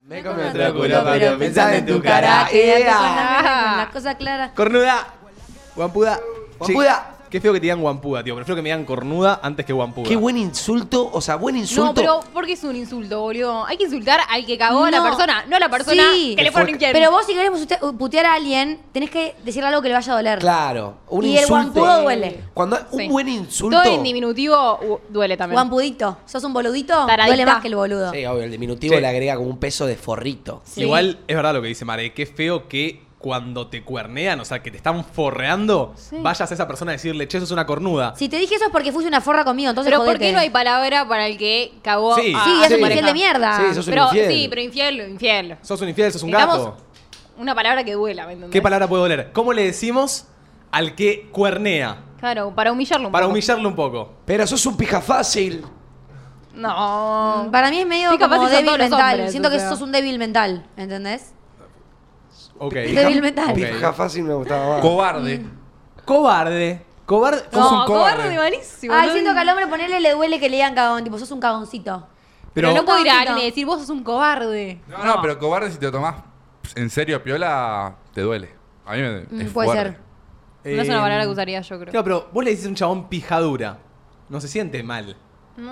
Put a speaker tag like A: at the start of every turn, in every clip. A: Me comí otro culo, pero pensando en tu cara.
B: Con
A: ¡Ea!
B: la cosa clara.
C: Cornuda. Guampuda.
A: Guampuda.
C: Che, Qué feo que te digan guampuda, tío. Prefiero que me digan cornuda antes que guampuda.
A: Qué buen insulto, o sea, buen insulto.
D: No, pero ¿por qué es un insulto, boludo? Hay que insultar al que cagó a la
B: No.
D: persona, no a la persona
B: Sí.
D: que le fueron infiel.
B: Pero vos, si queremos usted- uh, putear a alguien, tenés que decirle algo que le vaya a doler.
A: Claro, un
B: Y el
A: insulto.
B: guampudo duele.
A: Cuando hay un
D: Sí.
A: buen insulto.
D: Todo en diminutivo uh, duele también.
B: Guampudito. ¿Sos un boludito?
D: Taradita.
B: Duele más que el boludo.
A: Sí, obvio, el diminutivo
C: Sí.
A: le agrega como un peso de forrito.
B: Sí.
C: Igual es verdad lo que dice Mare. Qué feo que cuando te cuernean, o sea, que te están forreando, vayas a esa persona a decirle, che, eso es una cornuda.
B: Si te dije eso es porque fuiste una forra conmigo, entonces
D: pero ¿por
B: jodete.
D: qué no hay palabra para el que cagó
C: Sí.
D: a
B: Sí,
D: a
B: es
D: su
B: un
D: pareja?
B: infiel de mierda.
A: Sí, sos un
D: Pero,
A: infiel.
D: Sí, pero infiel, infiel.
C: Sos un infiel, sos un
D: Necesitamos
C: gato.
D: Una palabra que duela, ¿me entendés?
C: ¿Qué palabra puede doler? ¿Cómo le decimos al que cuernea?
D: Claro, para humillarlo un
C: Para
D: poco.
C: humillarlo un poco.
A: Pero sos un pija fácil.
D: No.
B: Mm, Para mí es medio
D: Sí, capaz
B: como
D: si son
B: débil
D: todos los
B: mental.
D: hombres,
B: Siento
D: o
B: que
D: sea.
B: sos un débil mental, ¿entendés?
C: Ok.
B: Débil mental.
A: Pija fácil me gustaba más.
E: Cobarde.
C: Cobarde. Cobarde.
E: Sos
D: No,
E: un cobarde.
D: cobarde, malísimo.
B: Ay,
D: no-
B: siento que al hombre ponerle le duele que le digan cagón. Tipo, sos un cagoncito.
D: Pero, no puedo ir a alguien
B: No.
D: y decir, vos sos un cobarde.
E: No, no, pero cobarde si te lo tomás en serio, piola, te duele. A mí me
B: Mm,
E: es
B: puede
E: fuerte.
B: ser.
D: No
C: eh,
D: es una palabra que usaría yo, creo.
C: Claro, pero vos le dices a un chabón pijadura. No se siente mal.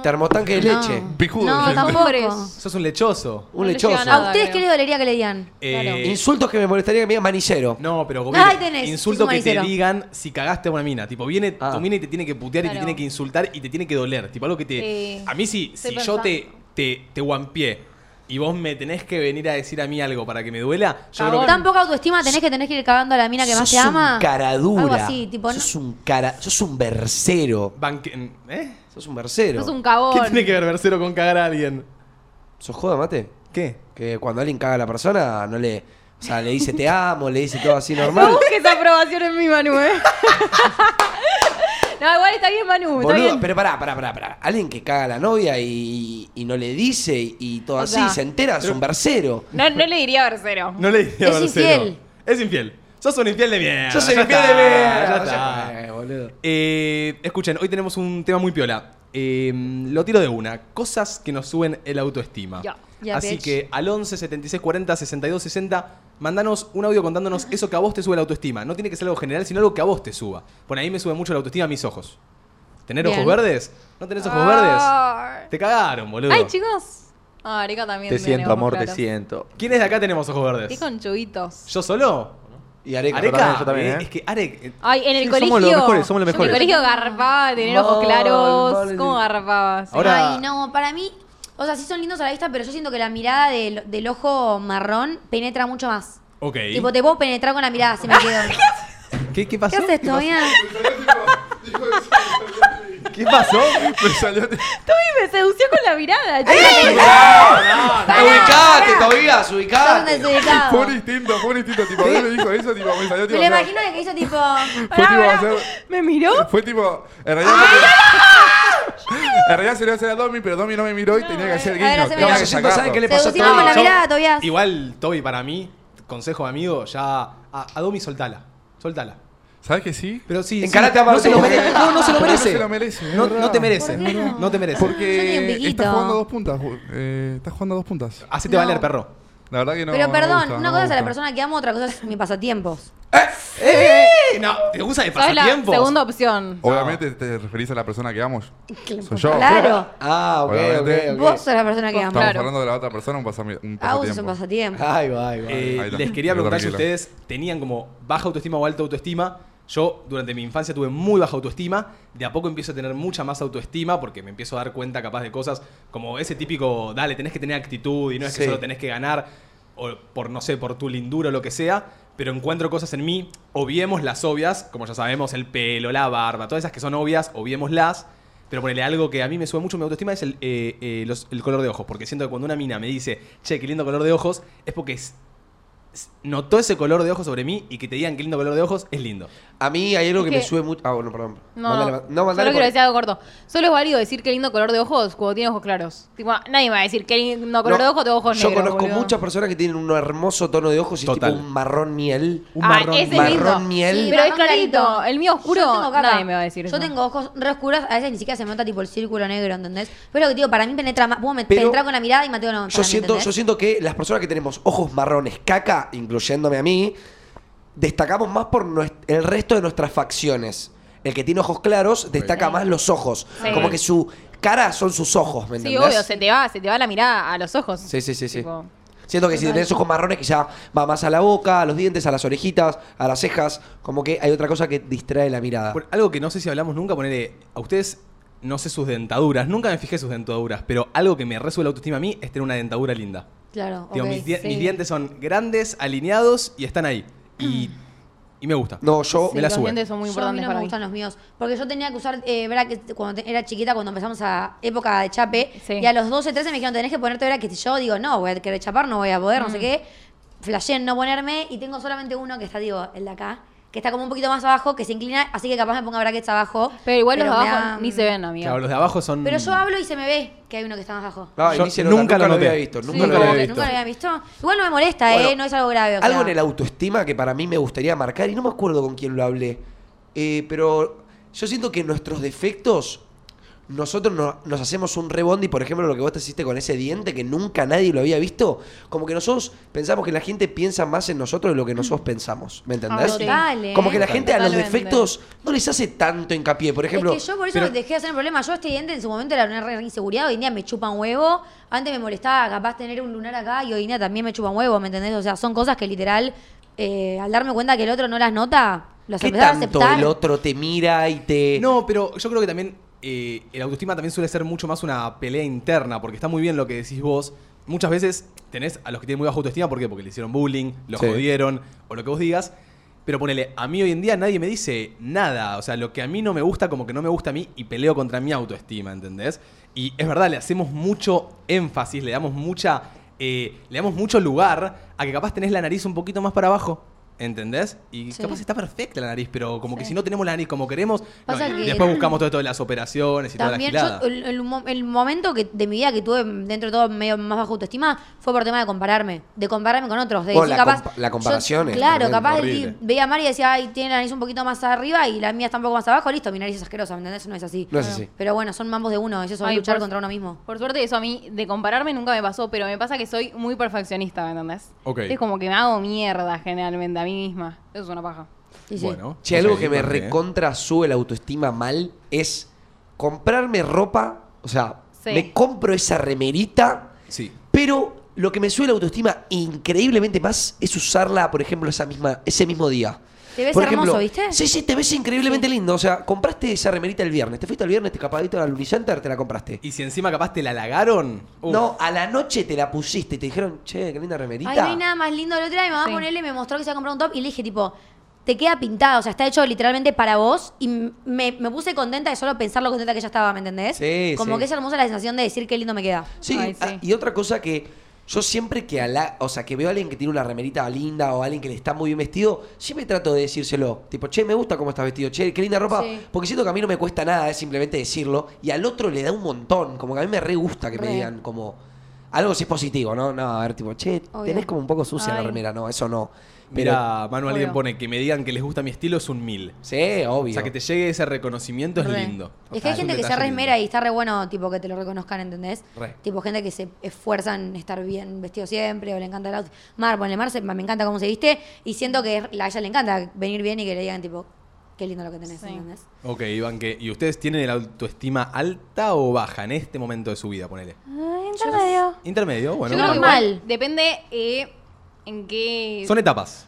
A: Termotanque de
B: No.
A: leche.
E: Pijudo.
B: No,
E: sí.
B: tampoco.
D: Pobres.
C: Sos un lechoso.
A: Un
D: le
A: lechoso.
D: llega
B: ¿A
D: nada,
B: ustedes
D: creo.
B: qué les dolería que le digan?
C: Eh,
A: Insultos que me molestaría que me digan manicero.
C: No, pero
B: Ahí
C: mire,
B: tenés,
C: insulto
B: sos un
C: que te
B: manicero.
C: digan si cagaste a una mina. Tipo, viene
A: Ah.
C: tu mina y te tiene que putear y te
D: Claro.
C: tiene que insultar y te tiene que doler. Tipo, algo que te.
D: Sí.
C: A mí, si, si
D: Estoy
C: yo te,
D: pensando.
C: te, te guampié y vos me tenés que venir a decir a mí algo para que me duela, yo creo
D: Cagón.
C: que.
B: Tan poca autoestima tenés que tenés que ir cagando a la mina que más
A: sos
B: te ama.
A: un caradura.
B: Algo así, tipo, ¿no?
A: sos un cara, sos un versero.
C: Banque- ¿Eh?
A: Sos un versero.
D: Sos un cagón.
C: ¿Qué tiene que ver versero con cagar a alguien?
A: ¿Sos joda, mate?
C: ¿Qué?
A: Que cuando alguien caga a la persona, no le. O sea, le dice te amo, le dice todo así normal.
D: No busques aprobación en mi Manu, ¿eh? no, igual está bien, Manu. Está
A: Boludo,
D: bien.
A: pero pará, pará, pará, pará. Alguien que caga a la novia y, y no le dice y, y todo
D: O
A: así,
D: sea,
A: se entera, es un versero.
D: No, no le diría versero.
C: No le dije a
B: Es
C: versero.
B: infiel.
C: Es infiel. Sos un infiel de mierda.
A: Yo soy
C: ya
A: el pie de
C: está,
A: mierda,
C: ya
A: ya
C: está.
A: fue, boludo.
C: Eh, escuchen, hoy tenemos un tema muy piola. Eh, lo tiro de una. Cosas que nos suben el autoestima.
D: Ya,
B: ya,
C: Así
B: bitch.
C: que al 11 76 40 62 60, mandanos un audio contándonos eso que a vos te sube la autoestima. No tiene que ser algo general, sino algo que a vos te suba. Por ahí me sube mucho la autoestima mis ojos. ¿Tener ojos
B: Bien.
C: verdes? ¿No tenés ojos
D: Ay.
C: verdes? Te cagaron, boludo.
D: Ah. Ay, chicos. Ah, Areca también.
E: Te
D: tiene
E: siento,
D: ojos
E: amor, te
D: claros.
E: siento.
C: ¿Quiénes de acá tenemos ojos verdes?
D: Qué conchuditos.
C: ¿Yo solo?
A: Y Areca.
C: Areca,
E: también, yo también,
C: eh,
E: ¿eh?
C: es que Arek, eh,
D: Ay, en el
E: Sí,
D: colegio.
E: somos los mejores, somos los
D: yo En el
E: mejores.
D: colegio garpaba, tener ojos
A: Mal,
D: claros.
A: mal.
D: ¿Cómo garpabas?
C: Ahora-
B: Ay, no, para mí, o sea, sí son lindos a la vista, pero yo siento que la mirada del, del ojo marrón penetra mucho más.
C: Ok.
B: Tipo, te puedo penetrar con la mirada, se me quedó.
C: ¿Qué, qué pasó?
B: ¿Qué haces, Tobias?
E: ¿Qué pasó? Me salió.
D: Toby me sedució con la mirada, chicos.
A: Ubicate, Tobías, ubicate.
B: ¿Dónde ubicado?
E: Fue un instinto, fue un instinto. Tipo, a mí me dijo eso, tipo, me salió,
B: Ah. Me
E: tipo.
B: lo
E: no.
B: imagino que hizo tipo.
E: Fue tipo,
D: Pará, pará.
E: hacer-
D: ¿Me miró?
E: Fue tipo. En realidad. En realidad se lo hacer a Domi, pero Domi no me miró y tenía que hacer
B: A ver,
E: guiño.
B: haceme
E: tenía
B: la-
E: que
A: Yendo, ¿saben
E: sacarlo.
A: qué le pasó a
B: Seducimos
A: Toby?
B: con la
C: Yo-
B: mirada, Tobias.
C: Igual, Toby, para mí, consejo amigo, ya a, a Domi soltala. Soltala.
E: ¿Sabes que sí?
C: Pero sí, sí,
A: Encarate a
C: no se lo
A: Martín.
C: merece. No, no se lo
E: Pero no
C: merece.
E: se lo merece, es
C: No,
E: verdad.
C: no te merece.
B: ¿Por qué no?
C: No te merece.
B: Yo ni un
E: Porque
B: piquito.
E: estás jugando dos puntas. ju- eh, estás jugando dos puntas.
C: Hacete valer, perro.
E: La verdad que no.
B: Pero
E: no me
B: perdón,
E: gusta, no
B: una
E: me
B: cosa es a la
E: gusta.
B: persona que amo, otra cosa es mis pasatiempos.
C: ¡Eh! No, ¿te gusta de
D: ¿Sabes la
C: pasatiempos?
D: segunda opción?
E: Obviamente te referís a la persona que amos. Soy yo.
B: Claro.
A: Ah, ok,
E: Obviamente.
A: ok, ok.
B: Vos sos la persona que amo.
E: Estamos
D: Claro.
E: hablando de la otra persona, un, pasami- un
B: A vos sos un
E: pasatiempo.
B: pasatiempo.
A: Ay, va, ay, va.
C: Eh,
E: Ahí está.
C: les quería
E: Yo
C: preguntar si
E: tranquilo.
C: ustedes tenían como baja autoestima o alta autoestima. Yo durante mi infancia tuve muy baja autoestima. De a poco empiezo a tener mucha más autoestima porque me empiezo a dar cuenta capaz de cosas como ese típico, dale, tenés que tener actitud y no es que
A: Sí.
C: solo tenés que ganar o por, no sé, por tu lindura o lo que sea. Pero encuentro cosas en mí, obviemos las obvias, como ya sabemos, el pelo, la barba, todas esas que son obvias, obviémoslas. Pero ponele algo que a mí me sube mucho mi autoestima es el, eh, eh, los- el color de ojos. Porque siento que cuando una mina me dice, che, qué lindo color de ojos, es porque es, notó ese color de ojos sobre mí y que te digan qué lindo color de ojos es lindo.
A: A mí hay algo
D: Es
A: que, me
D: que-
A: sube mucho. Ah, bueno, perdón.
D: No,
A: Mandale,
D: no.
A: ma- no, mandale
D: Solo quiero
A: por-
D: decir algo corto. Solo es válido decir qué lindo color de ojos cuando tiene ojos claros. Tipo, nadie me va a decir qué lindo color
A: No,
D: de ojos de ojos
A: Yo
D: negros.
A: conozco
D: boludo.
A: muchas personas que tienen un hermoso tono de ojos y
C: Total.
A: es tipo un marrón miel.
C: Un
D: ah,
C: marrón.
D: ese es
A: marrón
D: lindo.
A: miel.
D: Pero es
B: marrón
D: clarito. El mío oscuro,
B: Yo tengo caca.
D: nadie me va a decir
B: Yo
D: eso.
B: tengo ojos re oscuros, a veces ni siquiera se me nota tipo el círculo negro, ¿entendés? Pero lo que te digo, para mí penetra más. Vos me
A: Pero-
B: penetrar con la mirada y Mateo no. para
A: Yo
B: mí,
A: siento, yo
B: ¿entendés?
A: siento que las personas que tenemos ojos marrones, caca, incluyéndome a mí, destacamos más por nues- el resto de nuestras facciones. El que tiene ojos claros destaca más los ojos.
D: Sí.
A: Como que su cara son sus ojos, ¿me
D: Sí,
A: entendés?
D: obvio, se te va, se te va la mirada a los ojos.
A: Sí, sí, sí, sí.
D: Tipo,
A: Siento que si tenés ojos marrones quizá va más a la boca, a los dientes, a las orejitas, a las cejas, como que hay otra cosa que distrae la mirada.
C: Por- algo que no sé si hablamos nunca, ponerle a ustedes, no sé sus dentaduras, nunca me fijé sus dentaduras, pero algo que me resube la autoestima a mí es tener una dentadura linda.
B: Claro,
C: Digo,
B: ok,
C: mis, di-
B: sí.
C: mis dientes son grandes, alineados y están ahí. Y, y me gusta.
A: No, yo
D: sí,
C: me la
D: los
C: sube.
D: dientes son muy
B: Yo a mí
D: importantes
B: no
D: para
B: me
D: mí.
B: gustan los míos. Porque yo tenía que usar eh, brackets cuando te- era chiquita, cuando empezamos a época de chape.
D: Sí.
B: Y a los 12, 13 me dijeron, tenés que ponerte brackets. Y yo digo, no, voy a querer chapar, no voy a poder, no
D: Mm.
B: sé qué. Flashé en no ponerme. Y tengo solamente uno que está, digo, el de acá. Que está como un poquito más abajo, que se inclina. Así que capaz me ponga brackets abajo.
D: Pero igual los de
B: me
D: abajo
B: da-
D: ni se ven, amigo.
C: Claro, los de abajo son.
B: Pero yo hablo y se me ve que hay uno que está más abajo.
A: No, y
C: Yo
A: ni se nota,
C: nunca
A: nunca
C: lo
A: lo
C: noté.
A: había visto.
B: Sí,
A: Nunca
B: como
A: lo había
B: que
A: visto.
B: Nunca lo había visto. Igual no me molesta,
A: Bueno,
B: ¿eh? No es algo grave. o
A: Algo
B: sea.
A: en el autoestima que para mí me gustaría marcar, y no me acuerdo con quién lo hablé, eh, pero yo siento que nuestros defectos, nosotros no- nos hacemos un rebondi, por ejemplo, lo que vos te hiciste con ese diente que nunca nadie lo había visto, como que nosotros pensamos que la gente piensa más en nosotros de lo que nosotros pensamos, ¿me entendés?
D: sí.
B: Total, ¿eh?
A: Como que la gente a los
D: Totalmente.
A: defectos no les hace tanto hincapié, por ejemplo...
B: es que yo por eso
C: pero-
B: dejé de hacer el problema. Yo este diente en su momento era una re- re inseguridad, hoy en día me chupa un huevo. Antes me molestaba capaz tener un lunar acá y hoy en día también me chupa un huevo, ¿me entendés? O sea, son cosas que literal, eh, al darme cuenta que el otro no las nota, las
A: ¿Qué
B: empezás a
A: tanto
B: aceptar.
A: el otro te mira y te...
C: No, pero yo creo que también eh, el autoestima también suele ser mucho más una pelea interna, porque está muy bien lo que decís vos. Muchas veces tenés a los que tienen muy baja autoestima, ¿por qué? Porque le hicieron bullying, lo
A: Sí.
C: jodieron, o lo que vos digas. Pero ponele, a mí hoy en día nadie me dice nada. O sea, lo que a mí no me gusta, como que no me gusta a mí y peleo contra mi autoestima, ¿entendés? Y es verdad, le hacemos mucho énfasis, le damos mucha. eh, le damos mucho lugar a que capaz tenés la nariz un poquito más para abajo. ¿Entendés? Y
B: Sí.
C: capaz está perfecta la nariz, pero como que si no tenemos la nariz como queremos, no,
B: Pasa
C: y
B: que-
C: después buscamos todo esto de las operaciones y
B: También
C: toda la
B: yo, eh,
C: gilada.
B: el, el mo- el momento que, de mi vida que tuve dentro de todo medio más bajo autoestima fue por tema de compararme, de compararme con otros. De
A: Bueno,
B: decir,
A: Oh, la
B: capaz,
A: compa- la
B: yo-
A: comparación es
B: Claro,
A: tremendo,
B: capaz
C: horrible.
B: de- veía a Mari y decía, ay, tiene la nariz un poquito más arriba y la mía está un poco más abajo, listo, mi nariz es asquerosa, ¿me entendés? No es así.
A: No es así.
B: Pero bueno, son mambos de uno, es eso,
D: Ay,
B: luchar
D: por-
B: contra uno mismo.
D: Por suerte eso a mí, de compararme nunca me pasó, pero me pasa que soy muy perfeccionista, ¿me entendés?
C: Ok.
D: Es como que me hago mierda generalmente a mí misma. Eso es una paja.
B: Y sí.
C: Bueno.
A: Che, algo que me
C: ¿por qué?
A: recontra sube la autoestima mal es comprarme ropa, o sea,
D: Sí.
A: me compro esa remerita,
C: Sí.
A: pero lo que me sube la autoestima increíblemente más es usarla, por ejemplo, esa misma, ese mismo día.
B: Te ves
A: Por
B: hermoso, ¿viste?
A: Sí, sí, te ves increíblemente lindo. O sea, compraste esa remerita el viernes. Te fuiste el viernes, te escapadito al Unicenter, te la compraste.
C: Y uh. si encima capaz te la halagaron. uf.
A: No, a la noche te la pusiste y te dijeron, che, qué linda remerita.
B: Ay, no hay nada más lindo. El otro día mi mamá
D: Sí.
B: ponele, me mostró que se había comprado un top y le dije, tipo, te queda pintado, o sea, está hecho literalmente para vos. Y m- me, me puse contenta de solo pensar lo contenta que ya estaba, ¿me entendés?
A: Sí,
B: Como
A: sí.
B: que es hermosa la sensación de decir qué lindo me queda.
A: Sí,
D: Ay, sí.
A: ah, y otra cosa que yo siempre que ala, o sea, que veo a alguien que tiene una remerita linda o a alguien que le está muy bien vestido, siempre trato de decírselo. Tipo, che, me gusta cómo estás vestido, che, qué linda ropa.
B: Sí.
A: Porque siento que a mí no me cuesta nada, es simplemente decirlo. Y al otro le da un montón. Como que a mí me re gusta que me
B: Re.
A: digan como algo si es positivo, ¿no? No, a ver, tipo, che,
B: Obvio.
A: tenés como un poco sucia la
D: Ay.
A: remera, no, eso no. Pero,
C: Mira, Manu, alguien
D: Obvio.
C: pone que me digan que les gusta mi estilo es un mil.
A: sí, obvio.
C: O sea, que te llegue ese reconocimiento es lindo.
B: Es que hay
C: un
B: gente que se
C: detalle
B: resmera y
C: lindo.
B: está re bueno, tipo, que te lo reconozcan, ¿entendés?
A: Re.
B: Tipo, gente que se esfuerza en estar bien vestido siempre o le encanta el outfit. Mar, ponele Mar, se- me encanta cómo se viste y siento que es- a ella le encanta venir bien y que le digan, tipo, qué lindo lo que tenés,
D: Sí.
B: ¿entendés?
C: Ok, Iván, que, ¿y ustedes tienen la autoestima alta o baja en este momento de su vida? Ponele.
B: Intermedio.
C: Intermedio, bueno.
D: Yo creo que
C: bueno.
B: normal.
D: igual depende eh, en qué
C: Son etapas.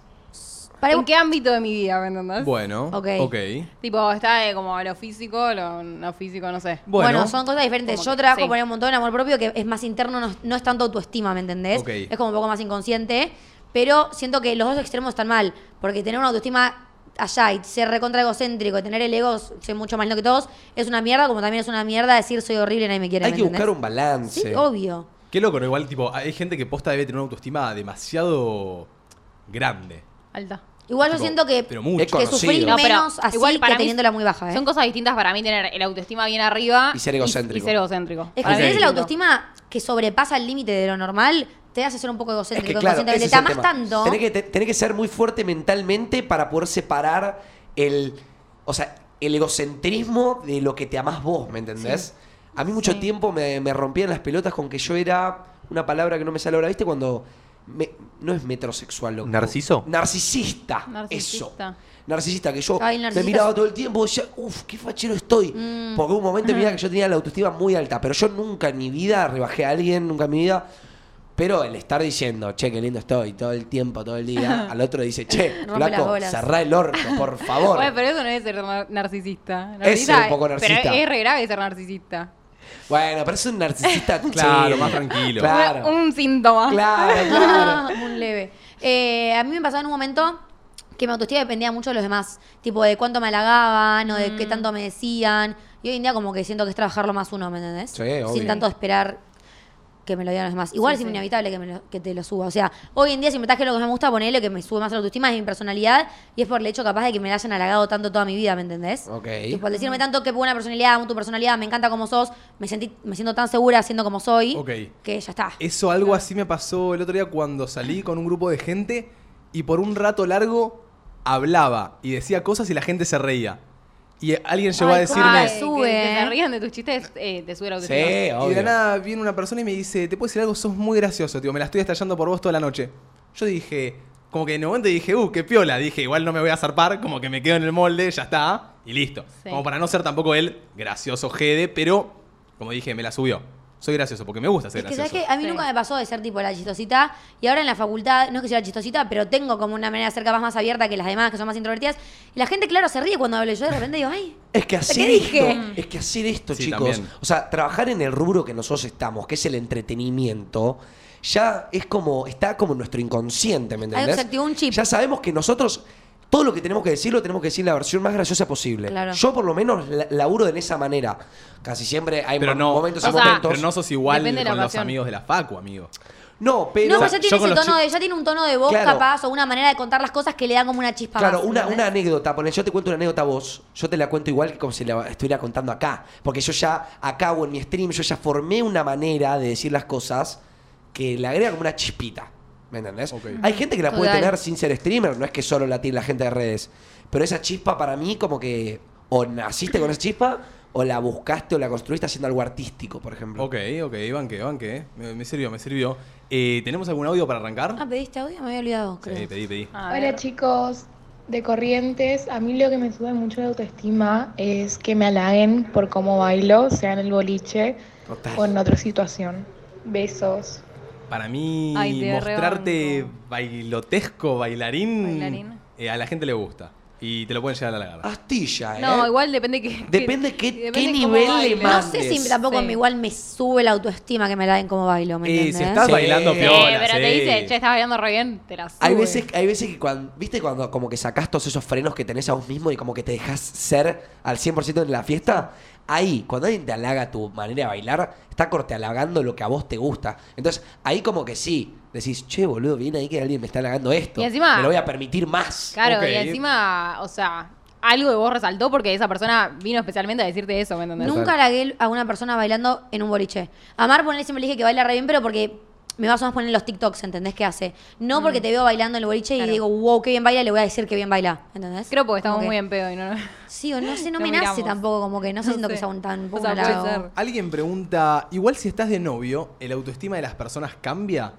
B: Para
D: en qué ámbito de mi vida, ¿me entendés?
C: Bueno.
B: Ok.
C: Ok.
D: Tipo, está eh, como lo físico, lo no físico, no sé.
C: Bueno.
B: Bueno, son cosas diferentes.
D: Como
B: Yo
D: que-
B: trabajo
D: sí.
B: por ahí un montón de amor propio que es más interno, no, no es tanto autoestima, ¿me entendés?
C: Ok.
B: Es como un poco más inconsciente. Pero siento que los dos extremos están mal. Porque tener una autoestima allá y ser recontra egocéntrico, y tener el ego, soy mucho más lindo que todos, es una mierda, como también es una mierda decir soy horrible y nadie me quiere.
A: Hay
B: ¿me
A: que
B: entendés?
A: buscar un balance.
B: Sí, obvio.
C: Qué loco, ¿no? Igual, tipo, hay gente que posta debe tener una autoestima demasiado grande.
D: Alta.
B: Igual yo
C: Tipo,
B: siento que,
C: pero mucho.
B: que
A: Conocido.
B: sufrí
A: No,
D: pero
B: menos así
D: igual para
B: que
D: mí
B: teniéndola muy baja, ¿eh?
D: Son cosas distintas para mí tener el autoestima bien arriba
A: Y ser egocéntrico.
D: Y, ser egocéntrico.
B: Es que
D: Para
B: si
D: mí
B: tenés
D: es
B: la
D: distinto.
B: autoestima que sobrepasa el límite de lo normal, te hace ser un poco
A: Es
B: egocéntrico.
A: que claro, ese
B: inconscientemente.
A: es
B: te
A: el
B: amás
A: tema.
B: tanto.
A: Tenés que, te- tenés que ser muy fuerte mentalmente para poder separar el, o sea, el egocentrismo de lo que te amás vos, ¿me entendés? A mí mucho
D: Sí.
A: tiempo me, me rompían las pelotas con que yo era una palabra que no me sale ahora, ¿viste? Cuando me- no es metrosexual, loco.
F: ¿Narciso?
A: Narcisista.
D: Narcisista.
A: Eso. Narcisista, que yo
B: Ay, narcisista Mm.
A: me miraba
B: es-
A: todo el tiempo y decía, uff, qué fachero estoy. Porque hubo un momento en mi vida que yo tenía la autoestima muy alta, pero yo nunca en mi vida rebajé a alguien, nunca en mi vida. Pero el estar diciendo, che, qué lindo estoy, todo el tiempo, todo el día, al otro dice, che,
B: Rompe las
A: flaco,
B: bolas.
A: cerrá el orto, por favor.
D: Bueno, pero eso no es ser nar- narcisista.
A: Ese es un poco narcisista.
D: Pero es re grave ser narcisista.
A: Bueno, pero es un narcisista
C: Claro,
A: chill.
C: más tranquilo.
A: Claro,
D: Un síntoma.
A: claro, claro.
B: un leve. Eh, a mí me pasaba en un momento que mi autoestima dependía mucho de los demás. Tipo, de cuánto me halagaban o de
A: Mm.
B: qué tanto me decían. Y hoy en día como que siento que es trabajarlo más uno, ¿me entendés?
A: Sí, obvio.
B: Sin tanto esperar que me lo digan los demás. Igual
D: Sí,
B: es
D: sí.
B: inevitable que, me lo- que te lo suba. O sea, hoy en día si me traje lo que más me gusta, ponele que me sube más la autoestima, es mi personalidad y es por el hecho capaz de que me la hayan halagado tanto toda mi vida, ¿me entendés?
A: Ok.
B: Y por decirme tanto qué buena personalidad, amo tu personalidad, me encanta como sos, me, sentí, me siento tan segura siendo como soy,
C: Ok.
B: que ya está.
C: Eso algo así me pasó el otro día cuando salí con un grupo de gente y por un rato largo hablaba y decía cosas y la gente se reía. Y alguien llegó a
B: Ay, cómo
C: decirme...
B: me sube,
D: Que se
B: eh.
D: rían de tus chistes, eh, te sube la
A: Sí,
D: autoestima.
A: obvio.
C: Y de la nada viene una persona y me dice, te puedo decir algo, sos muy gracioso, tío, me la estoy estallando por vos toda la noche. Yo dije, como que en un momento dije, uh, qué piola, dije, igual no me voy a zarpar, como que me quedo en el molde, ya está, y listo.
D: Sí.
C: Como para no ser tampoco él gracioso jede, pero como dije, me la subió. Soy gracioso, porque me gusta ser
B: Es que, ¿sabes
C: gracioso.
B: qué? A mí
D: Sí.
B: nunca me pasó de ser tipo la chistosita. Y ahora en la facultad, no es que sea la chistosita, pero tengo como una manera de ser capaz más abierta que las demás, que son más introvertidas. Y la gente, claro, se ríe cuando hablo. Yo de repente digo, ay.
A: Es que hacer
B: ¿Qué dije?
A: esto, es que hacer esto,
C: Sí,
A: chicos.
C: también.
A: O sea, trabajar en el rubro que nosotros estamos, que es el entretenimiento, ya es como, está como en nuestro inconsciente, ¿me entendés?
B: se activó un chip.
A: Ya sabemos que nosotros, todo lo que tenemos que decir, lo tenemos que decir en la versión más graciosa posible.
B: Claro.
A: Yo por lo menos la- laburo de esa manera. Casi siempre hay
C: Pero
A: mo-
C: no,
A: momentos y
D: o sea,
A: momentos.
C: Ah, pero no sos igual
D: Depende de la
C: con los
D: ocasión.
C: amigos de la facu, amigo.
A: No, pero...
B: No,
C: O
B: pues
C: sea,
B: ya
C: yo
B: tiene,
C: con
B: ese
C: los
B: tono
C: chi-
B: de, ya tiene un tono de voz
A: Claro.
B: capaz o una manera de contar las cosas que le dan como una chispa
A: Claro,
B: más,
A: una,
B: ¿entendés?
A: una anécdota, poner, yo te cuento una anécdota a vos, yo te la cuento igual que como si la estuviera contando acá, porque yo ya acá o en mi stream, yo ya formé una manera de decir las cosas que le agrega como una chispita, ¿me entendés?
C: Ok.
A: Hay gente que la puede
B: Total.
A: tener sin ser streamer, no es que solo la tiene la gente de redes, pero esa chispa para mí como que o naciste con esa chispa o la buscaste o la construiste haciendo algo artístico, por ejemplo.
C: Ok, ok, banqué, banqué. Me, me sirvió, me sirvió. Eh, ¿Tenemos algún audio para arrancar?
B: Ah, ¿pediste audio? Me había olvidado, creo.
C: sí, pedí, pedí.
D: Ah, A ver.
G: Hola chicos de Corrientes, a mí lo que me sube mucho la autoestima es que me halaguen por cómo bailo, sea en el boliche o en otra situación. Besos.
C: Para mí,
D: Ay, te
C: mostrarte
D: rebanco.
C: bailotesco, bailarín,
D: Bailarín.
C: eh, a la gente le gusta. Y te lo pueden llegar a la
B: Ah,
C: garra.
A: Astilla, ¿eh?
D: No, igual depende que.
A: Depende qué- qué
D: de cómo
A: nivel le
D: bailes.
B: No
A: mandes.
B: sé si tampoco
D: Sí.
B: me igual me sube la autoestima que me la den como bailo, ¿me
C: Y
B: entendés?
C: Eh, si estás
A: Sí.
C: bailando
A: Sí,
D: Sí,
C: piola,
D: pero te
C: sí.
D: dice, che, estás bailando re bien, te la sube.
A: Hay veces, hay veces que cuando, viste cuando como que sacás todos esos frenos que tenés a vos mismo y como que te dejas ser al 100% en la fiesta, ahí, cuando alguien te halaga tu manera de bailar, está corte halagando lo que a vos te gusta. Entonces, ahí como que sí, decís, che, boludo, viene ahí que alguien me está halagando esto.
D: Y encima-
A: me lo voy a permitir más.
D: Claro,
C: Ok.
D: y encima, o sea, algo de vos resaltó porque esa persona vino especialmente a decirte eso, ¿me entendés?
B: Nunca halagué a una persona bailando en un boliche. A Mar poner siempre le dije que baila re bien, pero porque me vas a más poner los TikToks, ¿entendés qué hace? No porque te veo bailando en el boliche
D: Mm. Claro.
B: y digo, wow, qué bien baila, le voy a decir que bien baila, ¿entendés?
D: Creo porque estamos
B: Como que-
D: muy en pedo y no. no-
B: Sí, o no sé, no,
D: No
B: me nace
D: miramos.
B: tampoco, como que no, sé
D: No
B: siento que
D: sé.
B: sea un tan
D: O
B: poco
D: sea, puede ser.
C: Alguien pregunta, igual si estás de novio, ¿el autoestima de las personas cambia?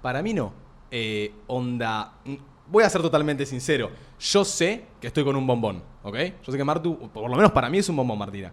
C: Para mí no. Eh, onda, mm, voy a ser totalmente sincero. Yo sé que estoy con un bombón, ¿ok? Yo sé que Martu, o por lo menos para mí es un bombón, Martina.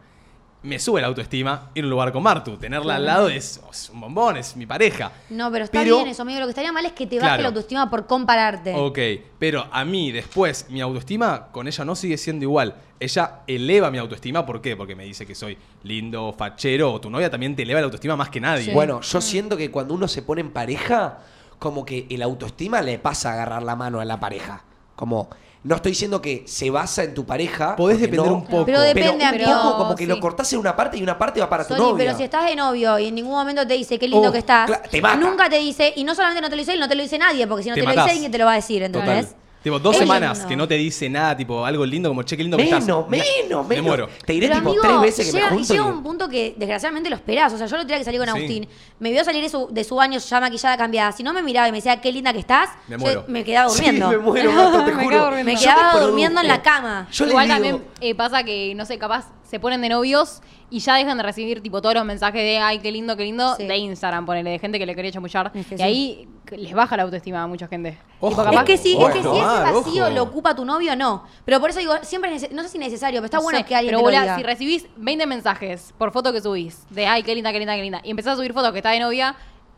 C: Me sube la autoestima ir a un lugar con Martu. Tenerla al lado es, es un bombón, es mi pareja.
B: No, pero está
C: Pero-
B: bien eso, amigo. Lo que estaría mal es que te baje
C: Claro.
B: la autoestima por compararte.
C: Ok, pero a mí después mi autoestima con ella no sigue siendo igual. Ella eleva mi autoestima, ¿por qué? Porque me dice que soy lindo, fachero, o tu novia también te eleva la autoestima más que nadie.
A: Bueno, yo
B: Mm.
A: siento que cuando uno se pone en pareja, como que el autoestima le pasa a agarrar la mano a la pareja. Como, No estoy diciendo que se basa en tu pareja.
C: Podés
A: porque
C: depender
A: no,
C: un poco.
B: Pero depende,
A: un
B: amigo,
A: poco como que
D: sí.
A: lo cortás en una parte y una parte va para tu
B: Sony,
A: novia.
B: pero si estás de novio y en ningún momento te dice qué lindo
A: Oh,
B: que estás,
A: cla- te mata.
B: nunca te dice, y no solamente no te lo dice él, no te lo dice nadie, porque si no
C: Te
B: te, lo
C: matás.
B: dice alguien te lo va a decir, ¿entendés?
C: Total. Tipo, dos
B: Es
C: semanas
B: lindo.
C: que no te dice nada, tipo, algo lindo, como che, qué lindo que
A: menos,
C: estás.
A: menos, menos.
C: Me muero.
A: Te diré
B: Pero
A: tipo
B: amigo,
A: tres veces que
B: llega,
A: me junto.
B: llega
A: y-
B: un punto que desgraciadamente lo esperás. O sea, yo lo tenía que salir con
C: Sí.
B: Agustín. Me vio salir de su, de su baño ya maquillada, cambiada. Si no me miraba y me decía, qué linda que estás,
C: Me
B: yo
C: muero.
B: me quedaba
A: Sí,
B: durmiendo.
A: me muero, Gato, te
D: Me
A: juro.
D: quedaba durmiendo.
B: Me
A: Yo
B: quedaba
A: produzco.
B: durmiendo en la cama.
A: Yo le
D: Igual
A: digo,
D: también eh, pasa que, no sé, capaz se ponen de novios y ya dejan de recibir tipo todos los mensajes de ay, qué lindo, qué lindo,
B: Sí.
D: de Instagram, ponele, de gente que le quería chamuchar.
B: Es que
D: y
B: sí.
D: ahí les baja la autoestima a mucha gente.
C: Ojo.
D: Tipo,
B: Es
D: capaz-
B: que sí, es que
C: Ojo,
B: si ese
A: ah,
C: Mar,
B: vacío
C: ojo.
B: lo ocupa tu novio, no. Pero por eso digo, siempre es nece- no sé si es necesario, pero está
D: no
B: bueno
D: sé,
B: que alguien
D: Pero
B: te lo
D: boluda,
B: diga.
D: si recibís 20 mensajes por foto que subís, de ay, qué linda, qué linda, qué linda, y empezás a subir fotos que está de novia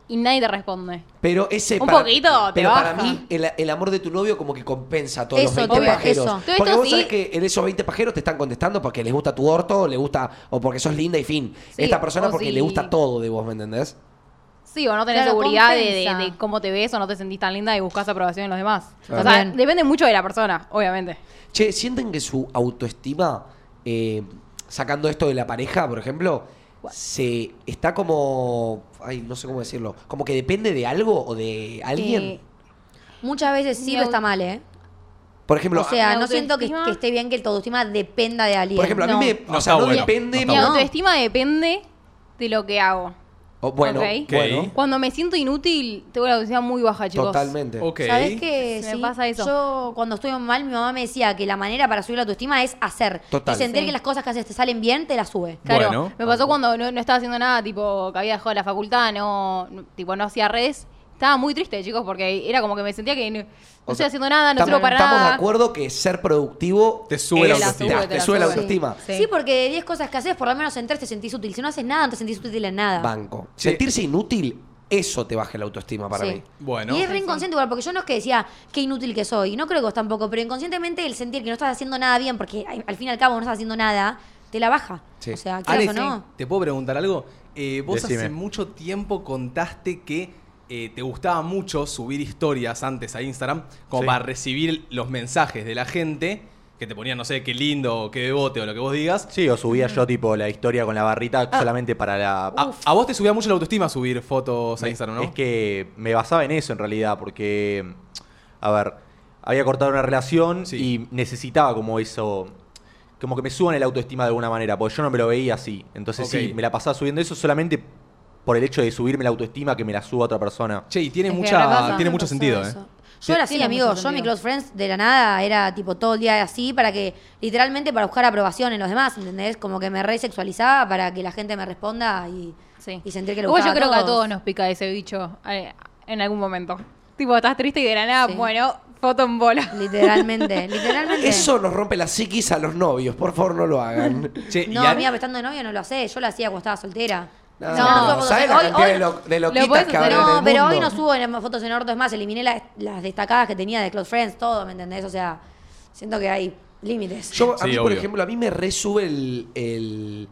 D: y nadie te responde.
A: Pero ese
D: Un poquito te
A: Pero para
D: baja.
A: mí, el, el amor de tu novio como que compensa todos
B: Eso,
A: los 20
B: obvio, eso.
A: pajeros.
D: Todo
A: Porque
D: esto
A: vos sabés
D: sí-
A: que en esos 20 pajeros te están contestando porque les gusta tu orto, o le gusta, o porque sos linda y fin.
D: Sí,
A: Esta persona
D: o
A: porque
D: si-
A: le gusta todo de vos, ¿me entendés?
D: Sí, o no tenés
B: Claro,
D: seguridad de, de-
B: compensa.
D: de cómo te ves o no te sentís tan linda y buscas aprobación en los demás. O sea,
B: También.
D: depende mucho de la persona, obviamente.
A: Che, ¿sienten que su autoestima, eh, sacando esto de la pareja, por ejemplo, se está como. Ay, no sé cómo decirlo. Como que depende de algo o de alguien.
D: Eh,
B: Muchas veces sí,
D: Mi
B: pero
D: au-
B: está mal, ¿eh?
A: por ejemplo,
B: O sea,
D: mi
B: no siento que,
D: autoestima-
B: que esté bien que el autoestima dependa de alguien.
A: por ejemplo, a
D: no.
A: mí me.
C: No
A: o sea,
C: está
A: no
C: bueno, no
A: depende.
C: está
D: Mi
B: bueno.
D: autoestima depende de lo que hago.
A: O- bueno,
D: Ok.
A: bueno,
C: Ok.
D: Cuando me siento inútil, tengo la autoestima muy baja, chicos.
A: totalmente.
C: Ok.
B: ¿Sabes qué?
D: Se me pasa eso.
B: Yo, cuando estuve mal, mi mamá me decía que la manera para subir la autoestima es hacer.
A: Total.
B: Y sentir
D: Sí.
B: que las cosas que haces te salen bien, te las sube.
D: Claro,
C: Bueno.
D: me pasó cuando no, no estaba haciendo nada, tipo, que había dejado la facultad, no, no- tipo, no hacía redes. Estaba muy triste, chicos, porque era como que me sentía que no, no
A: O
D: estoy
A: sea,
D: haciendo nada, no
A: Estamos-
D: sirvo para
A: Estamos de
D: nada.
A: acuerdo que ser productivo
C: Te sube la
A: es-
C: autoestima.
A: Te,
D: Te la
A: sube la
D: sube.
A: autoestima.
B: Sí,
D: Sí.
B: porque de 10 cosas que haces, por lo menos en 3 te sentís útil. Si no haces nada, no te sentís útil en nada.
A: Banco.
C: Sí.
A: Sentirse inútil, eso te baja la autoestima para
B: Sí.
A: mí.
C: Bueno.
B: Y es re inconsciente igual, porque yo no es que decía qué inútil que soy, y no creo que vos tampoco, pero inconscientemente el sentir que no estás haciendo nada bien, porque ay, al fin y al cabo no estás haciendo nada, te la baja.
A: Sí.
B: O sea,
C: Ale,
B: quieras o no.
C: ¿te puedo preguntar algo? Eh, vos hace
E: Decime.
C: mucho tiempo contaste que eh, te gustaba mucho subir historias antes a Instagram, como
E: Sí.
C: para recibir los mensajes de la gente que te ponían, no sé, qué lindo, o qué bebote o lo que vos digas.
F: Sí, o subía yo tipo la historia con la barrita
C: Ah.
F: solamente para la... Uh,
C: A, a vos te subía mucho la autoestima subir fotos a Ah, Instagram, ¿no?
F: Es que me basaba en eso en realidad, porque, a ver, había cortado una relación
C: Sí.
F: y necesitaba como eso, como que me suban el autoestima de alguna manera, porque yo no me lo veía así. Entonces sí,
C: Ok.
F: me la pasaba subiendo eso solamente por el hecho de subirme la autoestima que me la suba otra persona.
C: Che, y tiene,
D: Es que
C: mucha,
D: repasa.
C: tiene
D: Me
C: mucho
D: pasó
C: sentido, ¿eh?
B: Eso. Yo era así,
D: Tiene
B: amigo.
D: mucho
B: Yo, mi
D: sentido.
B: close friends de la nada era tipo todo el día así para que, literalmente, para buscar aprobación en los demás, ¿entendés? Como que me resexualizaba para que la gente me responda y,
D: Sí.
B: y sentir que lo
D: Igual
B: gustaba
D: yo creo que a
B: todos.
D: todos nos pica ese bicho eh, en algún momento. Tipo, estás triste y de la nada,
B: Sí.
D: bueno, foto en bola.
B: Literalmente, literalmente.
A: Eso nos rompe la psiquis a los novios. Por favor, no lo hagan.
C: Che,
B: No,
C: y Ale-
B: amiga, pero estando de novio no lo sé. Yo lo hacía cuando estaba soltera.
A: No,
B: Yo me acuerdo cuando
A: ¿sabes
B: se-
A: Ah, la
B: hoy-
A: cantidad
B: hoy-
A: de, lo- de
D: lo
A: loquitas
D: podés
A: que
D: hacer-
A: habrá en
B: No,
A: el
B: pero
A: mundo?
B: hoy no subo en- fotos en orto. Es más, eliminé las, las destacadas que tenía de close friends, todo, ¿me entendés? O sea, siento que hay límites.
A: Yo, a
C: Sí,
A: mí, por
C: obvio.
A: ejemplo, a mí me resube el, el,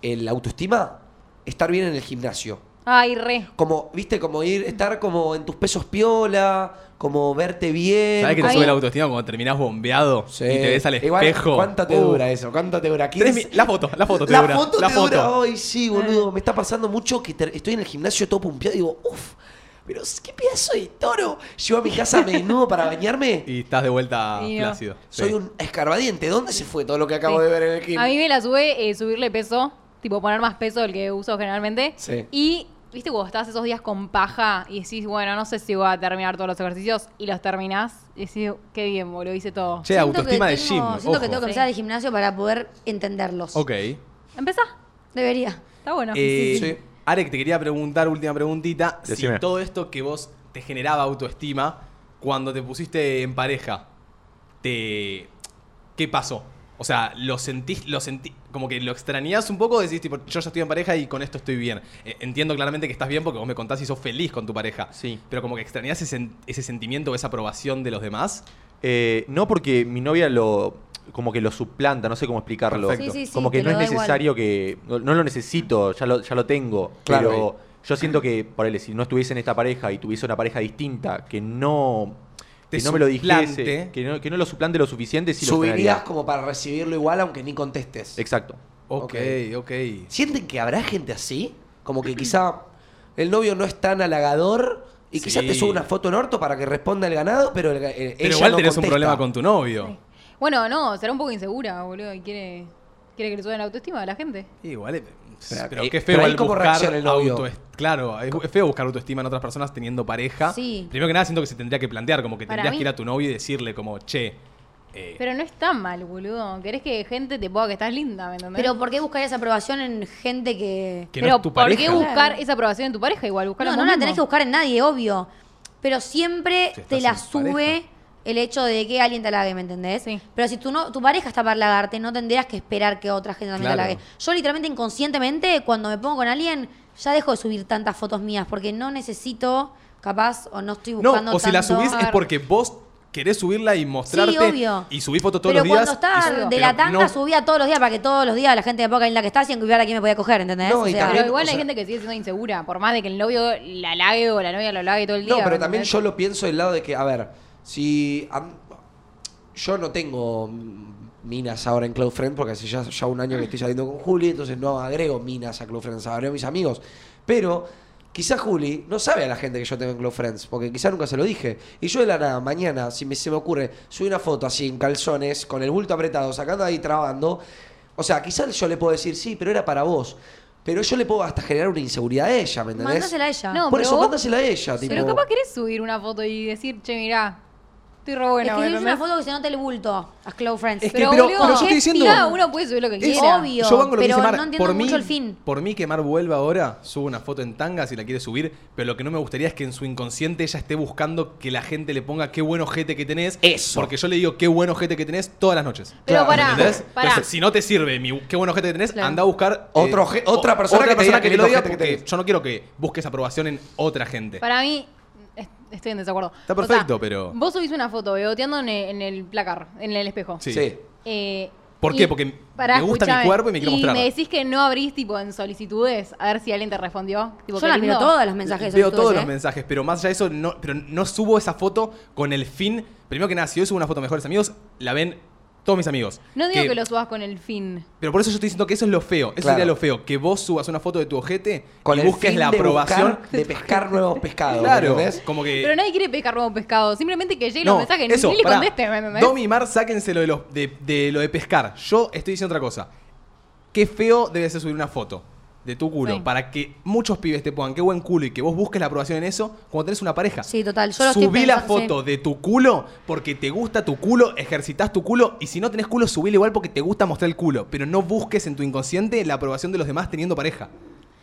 A: el autoestima estar bien en el gimnasio.
D: Ay, re.
A: Como, viste, como ir, estar como en tus pesos piola, como verte bien.
C: ¿Sabés que te
D: Ahí-
C: sube la autoestima cuando terminás bombeado
A: Sí.
C: y te ves al
A: Igual,
C: espejo?
A: ¿Cuánto te
C: Uh,
A: dura eso? ¿Cuánto te dura?
C: tres
A: 15.
C: mi- la foto, la foto te
A: la
C: dura.
A: foto
C: la
A: te
C: foto.
A: dura hoy, sí, boludo. Me está pasando mucho que ter- estoy en el gimnasio todo pumpeado y digo, uff, pero qué pedazo de toro. Llego a mi casa menudo para bañarme.
C: Y estás de vuelta
D: Mío.
C: plácido. Sí.
A: Soy un escarbadiente. ¿Dónde se fue todo lo que acabo
D: Sí.
A: de ver en el gym?
D: A mí me la sube eh, subirle peso, tipo poner más peso del que uso generalmente.
A: Sí.
D: Y, viste, cuando estás esos días con paja y decís, bueno, no sé si voy a terminar todos los ejercicios y los terminás, y decís, qué bien, boludo, hice todo.
C: Che,
B: Siento que
C: autoestima de
B: tengo-
C: gym.
B: Siento que
C: ojo.
B: tengo que empezar el gimnasio para poder entenderlos.
C: Ok.
D: Empezá,
B: Debería.
D: está bueno.
C: Eh,
A: Sí, sí.
C: Arek, te quería preguntar, última preguntita, si
F: Decime.
C: todo esto que vos te generaba autoestima, cuando te pusiste en pareja, te ¿qué pasó? O sea, lo sentís, lo sentí, como que lo extrañás un poco, decís, tipo, yo ya estoy en pareja y con esto estoy bien. Eh, entiendo claramente que estás bien porque vos me contás y sos feliz con tu pareja.
F: Sí.
C: Pero como que extrañás ese, sen- ese sentimiento, esa aprobación de los demás.
F: Eh, no porque mi novia lo como que lo suplanta, no sé cómo explicarlo.
C: Perfecto.
B: Sí, sí, sí,
F: como
B: te
F: que
B: lo
F: no es
B: da igual.
F: necesario que no, no lo necesito, ya lo, ya lo tengo,
A: Claro.
F: pero yo siento que por él si no estuviese en esta pareja y tuviese una pareja distinta que no
C: Te te
F: que no me lo dijese,
C: suplante.
F: que no, que no lo suplante lo suficiente, si lo
A: Subirías
F: frenaría.
A: como para recibirlo igual aunque ni contestes.
F: Exacto.
C: Ok, ok.
A: ¿Sienten que habrá gente así? Como que quizá el novio no es tan halagador y quizá
C: Sí.
A: te sube una foto en orto para que responda el ganado, pero el, ga- el-
C: Pero
A: ella
C: igual
A: no
C: tenés un
A: contesta.
C: problema con tu novio.
D: Bueno, no, será un poco insegura, boludo, y quiere, quiere que le suba la autoestima de la gente.
C: Igual, eh,
A: Pero,
C: pero
A: eh,
C: qué
A: pero
C: feo
A: ahí
C: al
A: cómo
C: buscar
A: reacciona el novio.
C: autoest- Claro, es, es feo buscar autoestima en otras personas teniendo pareja.
B: Sí.
C: Primero que nada siento que se tendría que plantear, como que
D: Para
C: tendrías
D: mí-
C: que ir a tu novio y decirle como, che, eh,
D: Pero no está mal, boludo. Querés que gente te ponga que estás linda, ¿me entendés?
B: Pero ¿por qué buscar esa aprobación en gente que...
C: que
D: Pero
C: no es tu
D: ¿por
C: pareja.
D: qué buscar esa aprobación en tu pareja igual? Buscarla
B: No,
D: en
B: no
D: vos
B: la
D: mismo.
B: tenés que buscar en nadie, obvio. Pero siempre
C: Si estás
B: te la
C: en
B: sube
C: pareja.
B: el hecho de que alguien te halague, ¿me entendés?
D: Sí.
B: Pero si tú no, tu pareja está para halagarte, no tendrías que esperar que otra gente también
C: Claro.
B: te halague. Yo literalmente inconscientemente, cuando me pongo con alguien, ya dejo de subir tantas fotos mías porque no necesito, capaz, o no estoy
C: No,
B: buscando
C: o si la
B: tanto-
C: subís es porque vos querés subirla y mostrarte
B: obvio.
C: y subís fotos todos
B: pero
C: los días.
B: cuando estaba
C: y- pero
B: de la tanda
C: no-
B: subía todos los días para que todos los días la gente me ponga en la que está sin que hubiera quién me podía coger, ¿entendés?
A: No,
B: O
A: y
B: sea,
A: también-
D: Pero igual
A: o
D: hay
A: sea-
D: gente que sigue siendo insegura, por más de que el novio la halague o la novia lo halague todo el día.
A: No, pero
D: ¿me
A: también
D: entendés?
A: yo lo pienso del lado de que, a ver, si. am- yo no tengo mm, minas ahora en Cloud Friends porque hace ya, ya un año que estoy saliendo con Juli, entonces no agrego minas a Cloud Friends, agrego a mis amigos. Pero quizá Juli no sabe a la gente que yo tengo en Cloud Friends, porque quizá nunca se lo dije. Y yo de la nada, mañana, si me, se me ocurre, subí una foto así en calzones, con el bulto apretado, sacando ahí trabando. O sea, quizás yo le puedo decir, sí, pero era para vos. Pero yo le puedo hasta generar una inseguridad a ella, ¿me entendés?
B: Mándasela a ella.
D: No,
A: Por
D: pero
A: eso
D: vos-
A: mándasela a ella, tipo.
D: Pero capaz querés subir una foto y decir, che, mirá, estoy re
B: es
D: buena.
B: que
D: ¿me
B: subís una
D: entendés?
B: foto que se note el bulto a Close Friends.
C: Es que,
D: Pero,
C: pero-
D: boludo,
C: pero yo estoy
D: ¿qué
C: diciendo-
D: Cada uno puede subir lo que
B: Es
D: quiera.
B: obvio.
C: Yo banco lo que
B: pero
C: dice Mar.
B: no entiendo
C: por mí,
B: mucho el fin.
C: Por mí que Mar vuelva ahora, sube una foto en tanga si la quiere subir, pero lo que no me gustaría es que en su inconsciente ella esté buscando que la gente le ponga qué buen ojete que tenés.
A: Eso.
C: Porque yo le digo qué buen ojete que tenés todas las noches.
D: Pero
A: Claro,
D: pará,
C: ¿Entendés?
D: pará.
C: Entonces, si no te sirve mi qué buen ojete que tenés,
D: Claro.
C: anda a buscar eh,
A: Otro oje- otra persona que te diga qué
C: te lo
A: lindo
C: diga
A: ojete que
C: porque
A: tenés.
C: yo no quiero que busques aprobación en otra gente.
D: Para mí, es- estoy en desacuerdo.
C: Está perfecto, pero-
D: Vos subís una foto beboteando en el, en el placar, en el espejo.
C: Sí.
A: Sí.
D: Eh,
C: ¿Por
D: y-
C: qué? Porque
D: pará,
C: me gusta mi
D: escuchame,
C: cuerpo y me quiero mostrar.
D: me decís que no abrís tipo en solicitudes a ver si alguien te respondió. Tipo,
B: Yo
D: qué
B: las miro
D: lindo.
B: todas las mensajes.
C: Veo
B: sobre todo
C: todos
B: ese,
C: los
B: ¿eh?
C: mensajes, pero más allá de eso, no, pero no subo esa foto con el fin. Primero que nada, si yo subo una foto a mejores amigos, la ven todos mis amigos.
D: No digo que, lo subas con el fin.
C: Pero por eso yo estoy diciendo que eso es lo feo. Eso
A: Claro.
C: sería lo feo. Que vos subas una foto de tu ojete
A: con
C: y
A: el
C: busques
A: fin
C: la
A: de
C: aprobación.
A: buscar- de pescar nuevos pescados.
C: Claro.
A: ¿entendés?
C: Como que.
D: Pero nadie quiere pescar nuevo pescado. Simplemente que lleguen
C: no,
D: los mensajes.
C: eso,
D: ni le
C: pará.
D: contesten, ¿me entendés?
C: Domi y Mar, sáquense lo de, los- de- de lo de pescar. Yo estoy diciendo otra cosa. Qué feo debe ser subir una foto de tu culo
D: Sí.
C: para que muchos pibes te pongan qué buen culo y que vos busques la aprobación en eso cuando tenés una pareja.
B: Sí, total. Yo lo estoy
C: Subí la
B: pensando,
C: foto de tu culo porque te gusta tu culo, ejercitas tu culo y si no tenés culo, subíla igual porque te gusta mostrar el culo. Pero no busques en tu inconsciente la aprobación de los demás teniendo pareja.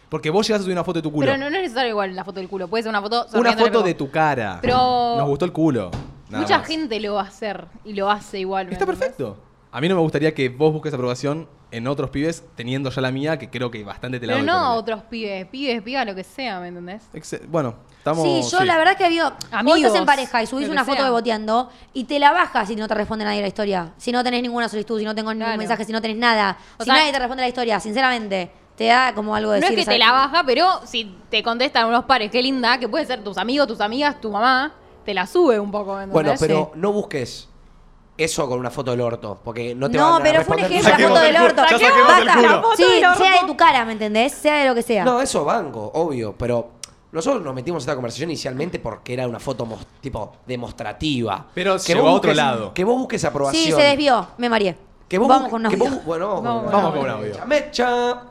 C: Porque vos llegas a subir una foto de tu culo.
D: Pero no, no es necesario igual la foto del culo. Puede ser una foto.
C: una
D: sonriendo en el
C: foto de
D: espejo.
C: tu cara.
D: Pero-
C: Nos gustó el culo. Nada
D: Mucha
C: más.
D: gente lo va a hacer y lo hace igual. ¿me
C: Está
D: entendés?
C: perfecto. A mí no me gustaría que vos busques aprobación en otros pibes teniendo ya la mía, que creo que bastante te la
D: Pero
C: doy,
D: no a
C: ponele.
D: otros pibes, pibes, pibas, lo que sea, ¿me entendés?
C: Exce- Bueno, estamos...
B: Sí, yo la verdad que había. Amigos,
D: Amigos,
B: estás en pareja y subís
D: lo que
B: una foto
D: sea.
B: de boteando y te la bajas si no te responde nadie la historia. Si no tenés ninguna solicitud, si no tengo ningún
D: Claro.
B: mensaje, si no tenés nada.
D: O
B: si
D: sea-
B: nadie te responde la historia, sinceramente, te da como algo de
D: No es
B: decir.
D: que
B: o sea,
D: te la baja, pero si te contestan unos pares, qué linda, que puede ser tus amigos, tus amigas, tu mamá, te la sube un poco, ¿me
A: Bueno,
D: entendés?
A: pero no busques eso con una foto del orto, porque no te
B: No,
A: van a
B: pero fue un
A: responder
B: ejemplo, la
A: nunca.
B: foto del orto.
D: Ya saquemos
B: Basta.
D: el culo. La foto
B: Sí,
D: del orto.
B: sea de tu cara, ¿me entendés? Sea de lo que sea.
A: No, eso banco, obvio, pero nosotros nos metimos en esta conversación inicialmente porque era una foto mos- tipo demostrativa.
C: Pero
A: que
C: llegó
A: vos
C: a otro
A: busques-
C: lado.
A: Que vos busques aprobación.
B: sí, se desvió, me mareé.
A: Que vos
B: Vamos
A: busques-
B: con
A: que
B: novio.
A: vos- Bueno, vamos,
C: Vamos con un audio.
A: Mecha.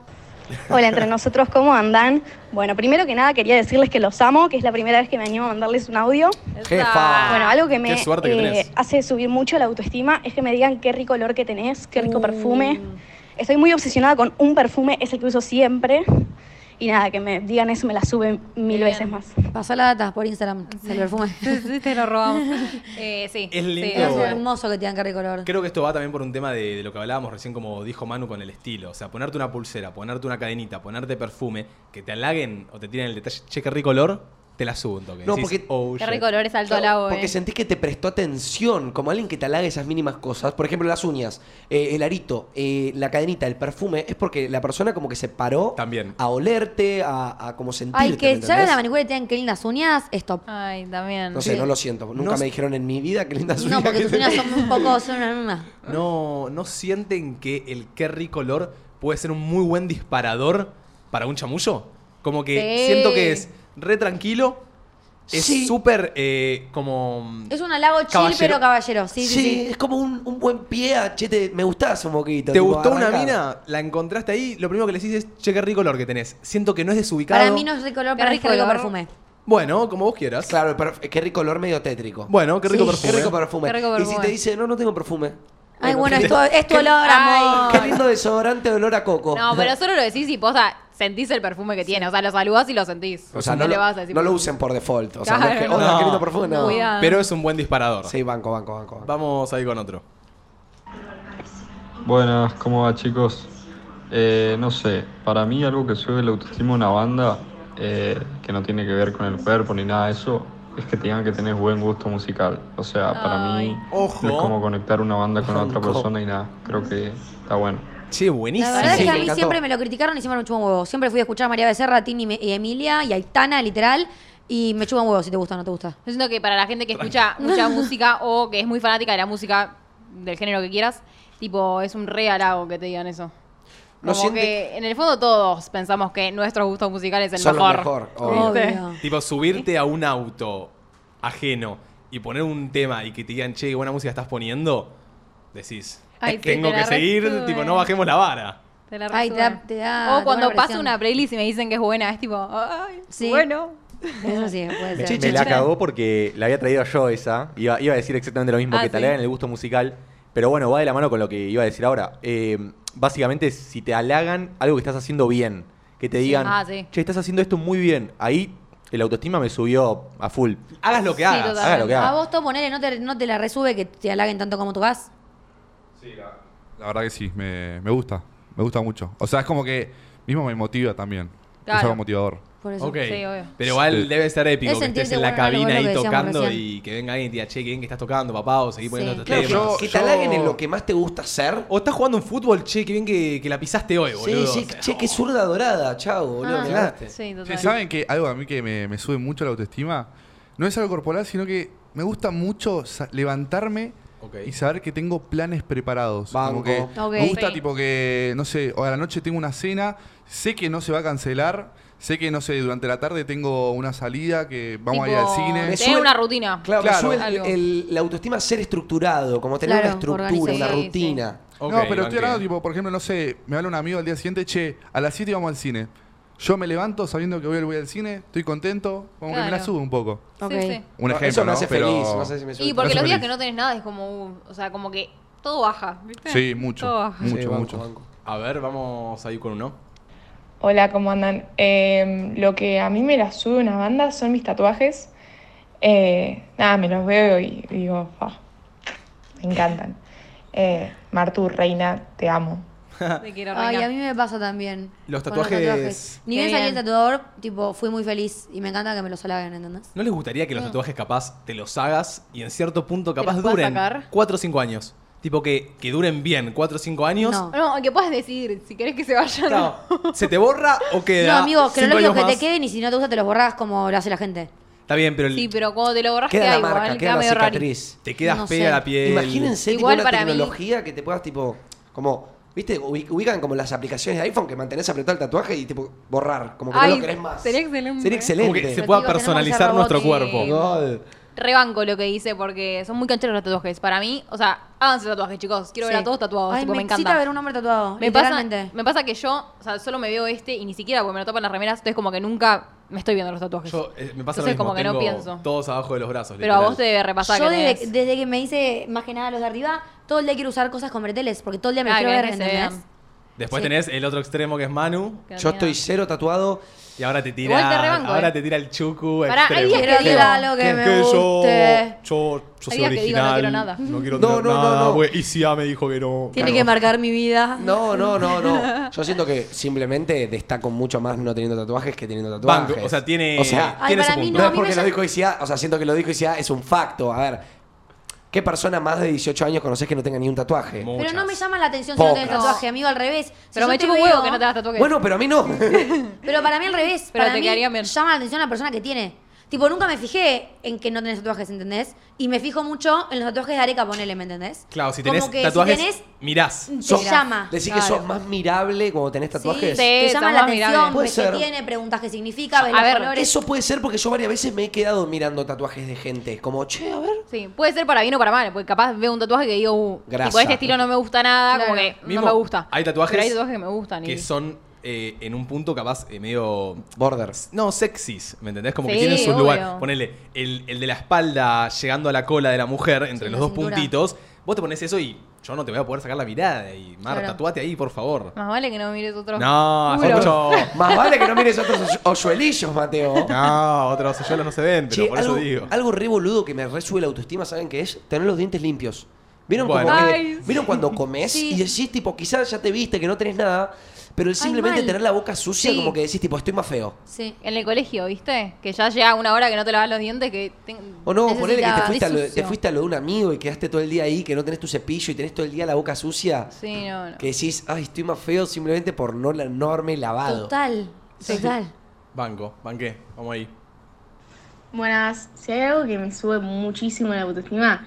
H: Hola, entre nosotros, ¿cómo andan? Bueno, primero que nada quería decirles que los amo, que es la primera vez que me animo a mandarles un audio.
A: Jefa.
H: Bueno, algo que me eh,
C: qué suerte que tenés.
H: hace subir mucho la autoestima es que me digan qué rico olor que tenés, qué rico perfume. Estoy muy obsesionada con un perfume, es el que uso siempre. Y nada, que me digan eso me la sube mil
D: Qué
H: veces
D: bien.
H: más.
B: Pasó la data por Instagram, el perfume.
D: Sí, sí, te lo robamos. Eh, sí.
C: Es
D: sí,
C: lindo.
B: Es
D: eso.
B: hermoso que tengan que recolor.
C: Creo que esto va también por un tema de, de lo que hablábamos recién, como dijo Manu, con el estilo. O sea, ponerte una pulsera, ponerte una cadenita, ponerte perfume, que te halaguen o te tiren el detalle, che, qué rico olor, te la subo un toque.
A: No,
C: Decís,
A: porque-
C: oh,
D: Qué
C: shit.
D: rico olor es alto
A: Claro,
D: lago,
A: Porque
D: eh.
A: sentís que te prestó atención, como alguien que te halaga esas mínimas cosas. Por ejemplo, las uñas, eh, el arito, eh, la cadenita, el perfume, es porque la persona como que se paró
C: También.
A: a olerte, a, a como sentirte.
B: Ay, que
A: ¿me
B: salgan la
A: entendés?
B: manicura y tengan que lindas uñas, stop.
D: Ay, también.
A: No sé, no lo siento. Nunca me dijeron en mi vida que lindas uñas.
B: No, porque
A: que
B: tus
A: tenés.
B: uñas son un poco, son una- una-
C: No, no sienten que el qué rico olor puede ser un muy buen disparador para un chamullo. Como que
D: Sí.
C: siento que es re tranquilo, es
A: Sí.
C: súper eh, como...
B: Es un halago chill,
C: Caballero.
B: pero caballero. Sí,
A: Sí,
B: sí, sí.
A: es como un, un buen pie a, che, te- me gustás un poquito.
C: ¿Te
A: tipo,
C: gustó una
A: arrancá.
C: mina? La encontraste ahí, lo primero que le dices es, che, qué rico olor que tenés. Siento que no es desubicado.
B: Para mí no es rico olor,
D: Qué
B: para mí es
D: rico
B: rico
D: olor.
B: perfume.
C: Bueno, como vos quieras.
A: Claro, pero eh, qué rico olor medio tétrico.
C: Bueno, qué rico
A: Sí,
C: perfume.
A: Qué rico perfume.
D: Qué rico
A: Y si
D: perfume.
A: te dice, no, no tengo perfume.
B: Ay,
A: Bueno,
B: bueno,
A: qué-
B: es tu, es tu olor,
A: Qué
B: amor.
A: lindo desodorante de olor a coco.
D: No, pero solo lo decís y posta, sentís el perfume que tiene. O sea, lo saludás y lo sentís.
A: O sea,
D: Pues No
A: no,
D: le
A: lo,
D: vas a decir,
A: no lo usen por default. O sea, no es que,
D: Claro,
A: "Hola,
C: no.
A: qué lindo perfume, no.
D: Cuidado.
C: Pero es un buen disparador.
A: Sí, banco, banco, banco. banco.
C: Vamos ahí con otro.
I: Buenas, ¿cómo va chicos? Eh, no sé, para mí algo que sube la autoestima de una banda, eh, que no tiene que ver con el cuerpo ni nada de eso, es que tengan que tener buen gusto musical. O sea, para
D: Ay.
I: mí
C: Ojo.
I: no es como conectar una banda con otra
A: Banco.
I: persona y nada, creo que está bueno.
C: Che,
B: La
C: buenísimo.
B: verdad
A: Sí,
B: es que a
A: me
B: mí
A: encantó.
B: siempre me lo criticaron y siempre me chupan huevo. Siempre fui a escuchar a María Becerra, a Tini y, me- y Emilia y a Aitana, literal. Y me chupan huevo si te gusta o no te gusta.
D: Yo siento que para la gente que escucha mucha música o que es muy fanática de la música del género que quieras, tipo, es un re halago que te digan eso.
A: No
D: Como
A: siente-
D: que en el fondo todos pensamos que nuestros gustos musicales es el
A: Son los
D: mejor.
A: mejor, obvio.
B: Obvio.
C: Tipo, subirte a un auto ajeno y poner un tema y que te digan, che, qué buena música estás poniendo, decís, "Eh,
D: Ay, sí,
C: tengo
D: te
C: que
D: la
C: seguir,
D: resuben.
C: tipo, no bajemos la vara.
D: Te la
B: Ay, te da-
D: resuben.
B: te da-
D: O cuando
B: te da
D: pasa
B: presión.
D: una playlist y me dicen que es buena, es tipo, ay,
B: Sí.
D: bueno.
B: Eso sí, puede
F: Me,
B: ser.
F: me la cagó porque la había traído yo esa. Iba, iba a decir exactamente lo mismo
D: Ah,
F: que
D: sí.
F: te halagan el gusto musical. Pero bueno, va de la mano con lo que iba a decir ahora. Eh, básicamente, si te halagan algo que estás haciendo bien, que te digan,
D: Ah, sí.
F: che, estás haciendo esto muy bien. Ahí el autoestima me subió a full.
C: Hagas lo que
D: Sí,
C: hagas.
D: total.
F: Haga lo que
B: A
F: haga.
B: vos, todo ponele, no te, no te la resube que te halaguen tanto como tocas.
E: La verdad que sí, me, me gusta. Me gusta mucho. O sea, es como que mismo me motiva también.
D: Claro.
E: Es algo motivador.
B: Por eso.
C: Ok.
D: Sí, obvio.
C: Pero igual
E: Sí.
C: debe ser épico
B: Es
C: que estés
B: sentirte
C: en la
B: bueno en algo,
C: cabina
B: es lo
C: ahí
B: que decíamos
C: tocando
B: recién.
C: y que venga alguien y te diga, che, qué bien que estás tocando, papá, o seguí poniendo
B: Sí.
C: otro
A: Claro,
C: tema.
A: yo-
C: Yo-
A: que te halaguen en lo que más te gusta hacer.
C: O estás jugando un fútbol, che, qué bien que, que la pisaste hoy,
A: sí,
C: boludo.
A: sí,
C: O sea,
A: che, qué zurda dorada, chao, boludo.
B: Ah.
A: me ganaste.
D: Sí,
E: Che,
D: total.
E: ¿Saben que algo a mí que me, me sube mucho la autoestima? No es algo corporal, sino que me gusta mucho sa- levantarme
C: Ok.
E: y saber que tengo planes preparados.
A: Banco.
E: Como que
B: Ok.
E: me gusta
D: Sí.
E: tipo que, no sé, o a la noche tengo una cena, sé que no se va a cancelar, sé que, no sé, durante la tarde tengo una salida, que vamos a ir al
D: Tipo,
E: cine.
A: Es-
D: Tener
A: sube-
D: una rutina.
A: Claro, me
E: Claro.
A: sube el-
D: Algo.
A: el- la autoestima ser estructurado, como tener
B: Claro,
A: una estructura,
B: organizado.
A: una
D: Sí, sí.
A: rutina.
C: Ok,
E: no, pero estoy
C: banqué.
E: hablando, tipo, por ejemplo, no sé, me habla un amigo al día siguiente, che, a las 7 vamos al cine. Yo me levanto sabiendo que voy, voy al cine, estoy contento, como que me la
D: Claro.
E: subo un poco.
D: Sí,
B: Ok.
D: sí.
E: Un
A: No,
E: ejemplo,
A: Ah, Eso me
E: ¿no?
A: hace
E: Pero-
A: feliz. No sé si me sube.
D: Y porque
E: Eso
D: los días que
E: feliz.
D: no tenés nada es como, uh, o sea, como que todo baja, ¿viste?
E: Sí, mucho.
D: Todo baja.
E: Mucho,
A: Sí, banco,
E: mucho.
A: banco.
C: A ver, vamos ahí con uno.
G: Hola, ¿cómo andan? Eh, lo que a mí me la sube una banda son mis tatuajes. Eh, nada, me los veo y digo, "Fa, me encantan. Eh, Martu, reina, te amo.
D: Te quiero
B: Ay,
D: reinar.
B: a mí me pasa también.
C: Los
B: Con los
C: tatuajes-
B: Ni
D: Qué
B: bien salí el
D: bien.
B: tatuador, tipo, fui muy feliz y me encanta que me los halaguen, ¿entendés?
C: ¿No les gustaría que los tatuajes capaz te los hagas y en cierto punto capaz
D: Mm. los puedas
C: duren
D: sacar?
C: 4 o 5 años? Tipo que, que duren bien 4 o 5 años.
B: No.
D: No, que puedas decidir si querés que se vayan.
C: Claro, ¿Se te borra o queda?
B: No, amigo, que
C: cinco
B: no lo digo
C: años
B: que te
C: más?
B: queden y si no te gusta te los borrás como lo hace la gente.
C: Está bien, pero el-
D: Sí, pero cuando te lo borras
A: Queda
D: queda
A: la
D: igual,
A: marca,
D: queda
A: queda la
D: medio raro.
A: cicatriz.
C: te quedas
B: No sé.
C: pega la piel.
A: Imagínense tipo,
D: Igual
A: una
D: para mí-
A: tecnología que te puedas, tipo, como, ¿viste? Ubi- Ubican como las aplicaciones de iPhone que mantenés apretado el tatuaje y, tipo, borrar. Como que no
D: Ay,
A: lo querés más.
D: sería excelente.
A: Sería
C: Como
A: excelente.
C: que se
D: Pero
C: pueda
D: digo, tenemos
C: personalizar
D: ese
C: nuestro
D: robot que-
C: cuerpo.
A: God.
D: Rebanco lo que dice porque son muy cancheros los tatuajes. Para mí, o sea, háganse tatuajes, chicos. Quiero ver
B: Sí.
D: a todos tatuados,
B: Ay,
D: tipo,
B: me,
D: me,
B: excita
D: encanta.
B: ver un hombre tatuado,
D: me, pasa,
B: literalmente.
D: me pasa que yo, o sea, solo me veo este y ni siquiera porque me lo tapan las remeras, entonces como que nunca me estoy viendo los tatuajes.
C: Yo eh, me pasa
D: Entonces,
C: lo mismo,
D: como que no
C: tengo
D: pienso.
C: Todos abajo de los brazos.
D: pero a vos te
C: literal.
D: debe repasar
B: Yo
D: que
B: desde,
D: tenés-
B: desde que me hice más que nada los de arriba, todo el día quiero usar cosas con breteles, porque todo el día me los
D: Ah,
B: quiero ver,
D: querés que se
B: ¿entendés?
D: vean.
C: Después
B: Sí.
C: tenés el otro extremo que es Manu.
D: Que no
A: Yo
D: tiene
A: estoy cero tatuado.
C: Y ahora te tira.
D: Igual te rebanco,
C: ahora
D: eh.
C: te tira el chucu.
D: Pará, hay
C: extremo.
D: días
B: Quiero
D: que
B: ir
D: digo-
B: a lo que
C: Es
B: me
C: que yo,
B: guste.
C: yo, yo
D: Hay
C: soy
D: días que digo, no
C: original,
D: quiero nada.
C: No quiero
A: No,
C: tener
A: no, no,
C: nada,
A: no.
C: güey, Y si A me dijo que no.
B: Tiene que marcar mi vida.
A: No, no, no, no. Yo siento que simplemente destaco mucho más no teniendo tatuajes que teniendo tatuajes.
C: Banco, o sea, tiene.
A: O sea,
B: Ay,
C: tiene
B: para
C: su
B: mí
C: punto.
B: No,
A: No,
B: a
A: es
B: mí me
A: porque lo
B: ll-
A: dijo ICA, o sea, siento que lo dijo ICA es un facto. A ver, ¿qué persona más de 18 años conoces que no tenga ni un tatuaje?
C: Mu-
B: Pero no
C: Muchas.
B: me llama la atención si no
A: Pocas.
B: tenés tatuaje, amigo, al revés. Si
D: Pero
B: yo
D: me
B: te
D: chupa un
B: veo-
D: huevo que no te hagas tatuajes.
A: Bueno, pero a mí no.
B: Pero para mí al revés.
D: Pero
B: para
D: te
B: mí
D: quedaría bien.
B: llama la atención la persona que tiene. Tipo, nunca me fijé en que no tenés tatuajes, ¿entendés? Y me fijo mucho en los tatuajes de Areca Ponele, ¿me entendés?
C: Claro, si
B: Como
C: tenés
B: que
C: tatuajes,
B: Si
C: mirás.
B: tenés,
A: Sos-
B: te llama.
A: Decís que
D: claro.
A: sos más mirable cuando tenés tatuajes.
D: Sí,
B: te llama
D: son
B: la
D: más mirables.
B: atención,
A: Puede
B: ves
A: ser.
B: qué tiene, preguntas qué significa, ves
D: A
B: los
D: ver,
B: colores.
A: Eso puede ser porque yo varias veces me he quedado mirando tatuajes de gente. Como, che, a ver.
D: Sí, puede ser para bien o para mal, porque capaz veo un tatuaje que digo, uh,
A: Grasa.
D: tipo, este estilo no me gusta nada,
B: Claro.
D: como que
C: Mismo,
D: no me gusta.
C: hay tatuajes
D: Pero hay tatuajes que me gustan.
C: Que
D: y-
C: son eh, en un punto capaz eh, medio.
A: Borders.
C: No, sexys, ¿me entendés? Como que
D: Sí,
C: tienen su lugar.
D: obvio.
C: Ponele, el, el de la espalda llegando a la cola de la mujer, entre
B: Sí,
C: los
B: la
C: dos
B: cintura.
C: puntitos. Vos te pones eso y yo no te voy a poder sacar la mirada. Y Mar,
B: Claro.
C: tatuate ahí, por favor.
D: Más vale que no mires otro.
C: No,
D: Culo.
C: son mucho.
A: Más vale que no mires otros oyu- hoyuelillos, Mateo.
C: No, otros hoyuelos no se ven, pero
A: Che,
C: por
A: algo,
C: eso digo.
A: algo re boludo que me resube la autoestima, ¿saben qué es? Tener los dientes limpios. ¿Vieron,
C: Bueno.
A: como que-
D: Ay, sí.
A: ¿vieron cuando comes
B: Sí.
A: y decís, tipo, quizás ya te viste que no tenés nada, pero el simplemente
B: mal.
A: tener la boca sucia,
B: Sí.
A: como que decís, tipo, estoy más feo?
B: Sí.
D: En el colegio, ¿viste? Que ya llega una hora que no te lavas los dientes, que... ten-
A: O no, ponele que te
B: Necesitabas,
A: fuiste, a lo,
B: es sucio.
A: te fuiste a lo de un amigo y quedaste todo el día ahí, que no tenés tu cepillo y tenés todo el día la boca sucia.
D: Sí, no, no.
A: Que decís, ay, estoy más feo simplemente por no la enorme lavado.
B: Total, total.
C: Banco, banqué, vamos ahí.
G: Buenas, si hay algo que me sube muchísimo la autoestima,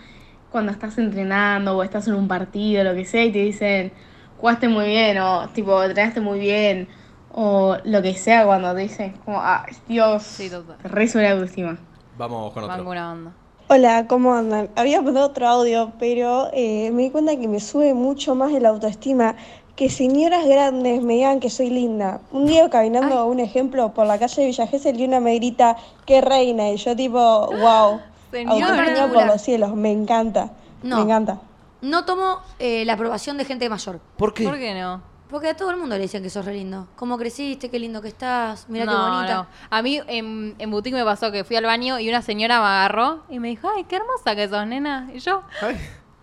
G: cuando estás entrenando o estás en un partido, lo que sea, y te dicen, jugaste muy bien, o tipo, entrenaste muy bien, o lo que sea, cuando te dicen, como, ay, Dios,
D: Sí, total.
G: te re sube la autoestima.
C: Vamos con otro.
D: Banco una banda.
J: Hola, ¿cómo andan? Había mandado otro audio, pero eh, me di cuenta que me sube mucho más el autoestima que señoras grandes me digan que soy linda. Un día caminando, un ejemplo, por la calle de Villa Gesell y una me grita, qué reina, y yo tipo, wow,
D: Señora.
J: autoestima por los cielos, me encanta,
B: No.
J: me encanta.
B: No tomo eh, la aprobación de gente mayor.
A: ¿Por qué?
D: ¿Por qué no?
B: Porque a todo el mundo le dicen que sos re lindo. ¿Cómo creciste? ¿Qué lindo que estás? Mira qué
D: No,
B: bonita.
D: no. A mí en, en boutique me pasó que fui al baño y una señora me agarró y me dijo, ay, qué hermosa que sos, nena. Y yo,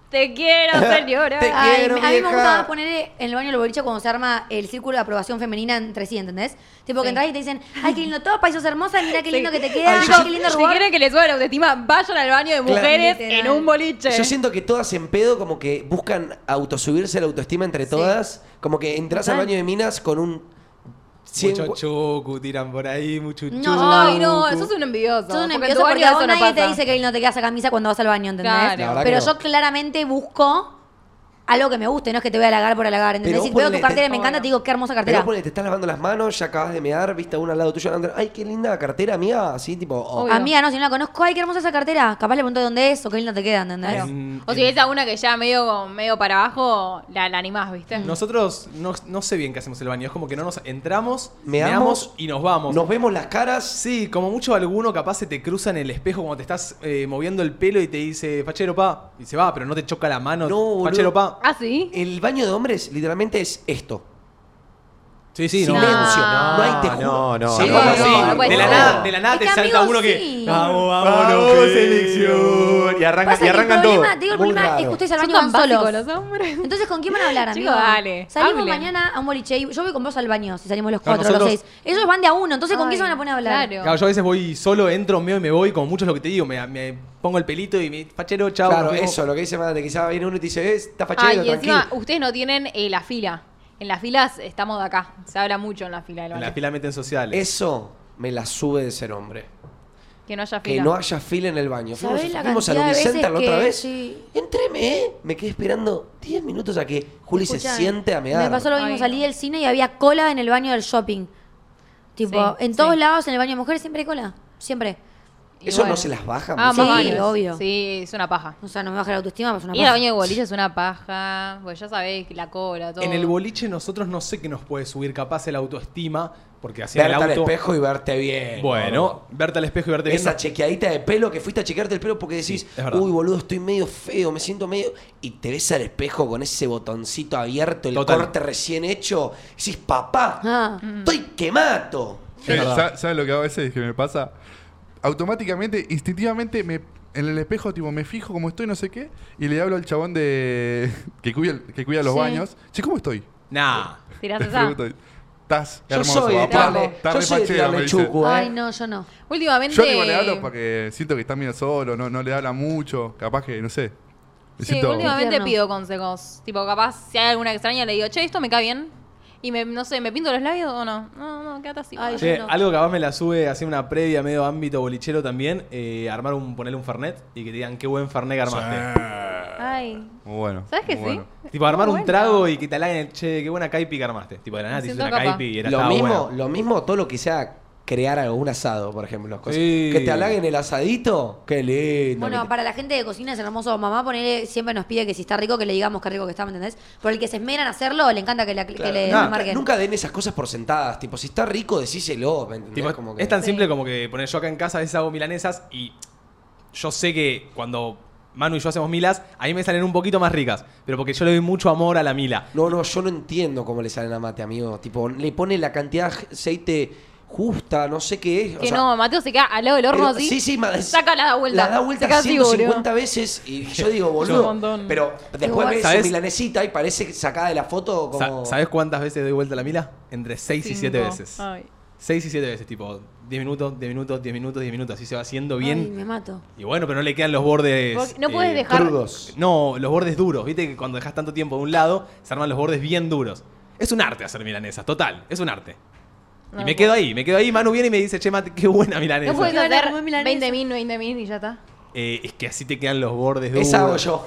D: te quiero, señora.
A: Te
B: Ay,
A: quiero,
B: a mí me
A: vieja.
B: gustaba poner en el baño del boliche cuando se arma el círculo de aprobación femenina entre sí, ¿entendés? Tipo
D: Sí.
B: que entras y te dicen, ay, qué lindo topa, y sos hermosa, mira qué lindo
D: Sí.
B: que te queda,
D: Ay,
B: ay,
D: yo-
B: qué lindo
D: si
B: rubor.
D: quieren que les suba la autoestima, vayan al baño de mujeres
B: Literal.
D: en un boliche.
A: Yo siento que todas en pedo como que buscan autosubirse la autoestima entre todas. Como que entras al
B: Total.
A: baño de minas con un... cien-
C: Mucho chucu, tiran por ahí, mucho
B: No,
C: chucu.
D: Ay, no, eso es un envidioso.
B: Sos un
D: Porque en tu
B: envidioso porque
D: barrio
B: a vos
D: eso no
B: nadie te
D: pasa.
B: dice que no te quedas a camisa cuando vas al baño, ¿entendés?
D: Claro.
A: La verdad
B: Pero
A: que no.
B: yo claramente busco algo que me guste, no es que te voy a halagar por halagar, ¿entendés?
A: Pero
B: Si
A: vos
B: veo tu
A: ponele-
B: cartera y me encanta,
D: Obvio.
B: te digo, qué hermosa
A: Pero
B: cartera.
A: vos ponele, te estás lavando las manos, ya acabas de mear, viste a una al lado tuyo, Andrea, ay, qué linda cartera, amiga. Así, tipo, oh.
D: Obvio.
B: Amiga, no, si no la conozco, ay, qué hermosa esa cartera. Capaz le pregunto de dónde es o qué linda te queda, ¿entendés?
D: Claro.
C: En-
D: O si
C: en-
D: es a una que ya medio, medio para abajo, la, la animás, ¿viste?
C: Nosotros no, no sé bien qué hacemos en el baño. Es como que no nos entramos,
A: Meamos,
C: meamos y nos vamos.
A: nos vemos las caras.
C: Sí, como mucho alguno capaz se te cruza en el espejo cuando te estás eh, moviendo el pelo y te dice, fachero pa. Y se va, pero no te choca la mano.
A: No, boludo.
C: fachero pa.
D: Ah, sí.
A: El baño de hombres literalmente es esto.
C: Sí, sí,
A: Silencio. No, hay te juro.
F: No, no,
A: Sí,
F: no, no,
C: sí,
F: no,
D: no,
C: de,
D: puede
C: la
D: ser.
C: nada, de la nada
B: Es
C: te
B: que,
C: salta
B: amigo,
C: uno que.
B: sí.
C: Vamos, vamos,
F: Vamos,
C: Fe".
F: selección. Y arrancan,
B: Pasa
F: y
B: que el
F: arrancan todo.
B: problema, te digo, el
A: Muy
B: problema es
A: raro.
B: que ustedes al
D: Son
B: baño van
D: tan básicos
B: solos.
D: los hombres.
B: Entonces, ¿con quién van a hablar, amigo?
D: Chicos, dale,
B: Salimos
D: hablen.
B: mañana a un boliche y yo voy con vos al baño, si salimos los
C: Claro,
B: cuatro, los
C: nosotros-
B: seis. Ellos van de a uno, entonces, ¿con
D: Ay,
B: quién se van a poner a hablar?
D: claro.
C: Claro, yo a veces voy solo, entro, meo y me voy, como mucho es lo que te digo, me, me pongo el pelito y me fachero, chao.
A: claro,
C: nos vemos".
A: eso, lo que dice Madre, quizás viene uno y te dice, eh, está
D: Ah,
A: fachero,
D: y
A: tranquilo.
D: encima, ustedes no tienen eh, la fila. En las filas estamos de acá. Se habla mucho en la fila del
C: En la
D: baño.
C: fila meten sociales.
A: Eso me la sube de ser hombre.
D: Que no haya
A: Que
D: fila.
A: no haya fila en el baño. Fuimos,
B: ¿Sabés la
A: fuimos al
B: cantidad de
A: Unicenter la
B: veces
A: otra
B: que-
A: vez.
B: sí.
A: Entreme, ¿eh? Me quedé esperando 10 minutos a que Juli se
B: Escuchame,
A: siente a mear.
B: Me pasó lo mismo,
D: Ay, no.
B: salí del cine y había cola en el baño del shopping. Tipo,
D: Sí,
B: en todos
D: sí.
B: lados, en el baño de mujeres siempre hay cola. Siempre.
D: Y
A: ¿Eso
D: bueno.
A: no se las baja?
D: Ah,
A: mucho?
D: más
B: Sí,
D: vale.
B: obvio.
D: Sí, es una paja.
B: O sea, no me baja la autoestima, pero es una
D: Ir al
B: paja.
D: baño de boliche es una paja. Pues ya sabés, la cola, todo.
C: En el boliche nosotros no sé qué nos puede subir capaz el autoestima, porque así en el
A: Verte al
C: auto... Eh,
A: espejo y verte bien.
C: Bueno, verte al espejo y verte bien.
A: Esa chequeadita de pelo que fuiste a chequearte el pelo porque decís,
C: es verdad.
A: uy, boludo, estoy medio feo, me siento medio. Y te ves al espejo con ese botoncito abierto, el
C: Total.
A: corte recién hecho. Decís, papá,
B: Ah.
A: estoy quemato.
E: Eh, ¿Sabes lo que a veces que me pasa? Automáticamente, instintivamente, me, en el espejo, tipo, me fijo como estoy, no sé qué, y le hablo al chabón de que cuida, que cuida los
D: Sí.
E: baños. Che, ¿cómo estoy?
C: Nah.
D: Tirás
E: Le
D: esa.
E: pregunto, Estás
A: Yo
E: hermoso,
A: soy de
E: papá.
A: tirarle-
E: Estás
A: yo
E: re
A: soy de
E: fachero",
A: tirarle
E: me dice.
A: chucu,
B: Ay,
A: eh.
B: no, yo no.
D: Últimamente.
E: Yo digo, le hablo porque siento que está medio solo, no, no le habla mucho, capaz que, no sé. Me
D: Sí,
E: siento-
D: últimamente
B: Tierno.
D: pido consejos. Tipo, capaz si hay alguna extraña le digo, che, esto me cae bien. Y me, no sé, ¿me pinto los labios o no? No, no, quédate así.
B: Ay,
D: bueno.
C: Che,
B: no.
C: algo que capaz me la sube, hacer una previa medio ámbito bolichero también, eh, armar un, ponerle un Fernet y que te digan qué buen Fernet que armaste.
D: Ay.
E: Muy bueno.
D: ¿Sabes que
E: muy bueno.
D: sí?
C: Tipo, armar
D: Muy
C: un
D: buena.
C: trago y que te halaguen, che, qué buena caipi que armaste. Tipo, de la nada
D: Me
C: te hice
D: siento
C: una
D: capaz.
C: caipi y era "Ah,
A: Lo
C: estaba
A: mismo,
C: buena.
A: lo mismo todo lo que sea crear algo, un asado, por ejemplo. cosas-
C: Sí.
A: Que te halaguen el asadito, qué lindo.
B: Bueno,
A: que-
B: para la gente de cocina es hermoso. Mamá ponele, siempre nos pide que si está rico, que le digamos qué rico que está, ¿me entendés? Por el que se esmeran a hacerlo, le encanta que, la- que
A: Claro,
B: le
A: nunca-
B: marquen.
A: Nunca den esas cosas por sentadas. Tipo, si está rico, decíselo. ¿me entendés?
C: Tipo,
A: Como que-
C: es tan
D: Sí.
C: simple como que poner yo acá en casa a veces hago milanesas y yo sé que cuando Manu y yo hacemos milas, a mí me salen un poquito más ricas, pero porque yo le doy mucho amor a la mila.
A: No, no, yo no entiendo cómo le salen a mate, amigo. Tipo, le pone la cantidad de aceite justa, no sé qué es. o
D: Que
A: sea,
D: no, Mateo se queda al lado del horno
A: pero-
D: así.
A: Sí, sí, ma-
D: Saca la da vuelta.
A: La da
D: Se queda
A: vuelta
D: así,
A: 150
D: boludo.
A: veces y yo digo,
D: un
A: boludo.
D: montón.
A: Pero después
B: Igual.
A: ves su
C: ¿Sabes?
A: milanesita y parece sacada de la foto
C: Sa-
A: como.
C: ¿Sabes cuántas veces doy vuelta a la mila? Entre 6 y 7
D: Cinco.
C: veces.
D: Ay.
C: 6 y 7 veces, tipo 10 minutos, 10 minutos, 10 minutos, 10 minutos, así se va haciendo
B: Ay,
C: bien.
B: me mato.
C: Y bueno, pero no le quedan los bordes. eh,
D: Vos no podés dejar-
A: Crudos.
C: No, los bordes duros. Viste que cuando dejas tanto tiempo de un lado, se arman los bordes bien duros. Es un arte hacer milanesas, total. Es un arte. y
D: No,
C: me quedo ahí, me quedo ahí. Manu viene y me dice, che, Mate, qué buena milanesa.
D: Ah, No puedes
B: Yo no
D: hacer
B: como milanesa.
D: 20.000, 20.000 y ya está.
C: Eh, es que así te quedan los bordes duros.
A: Esa hago yo.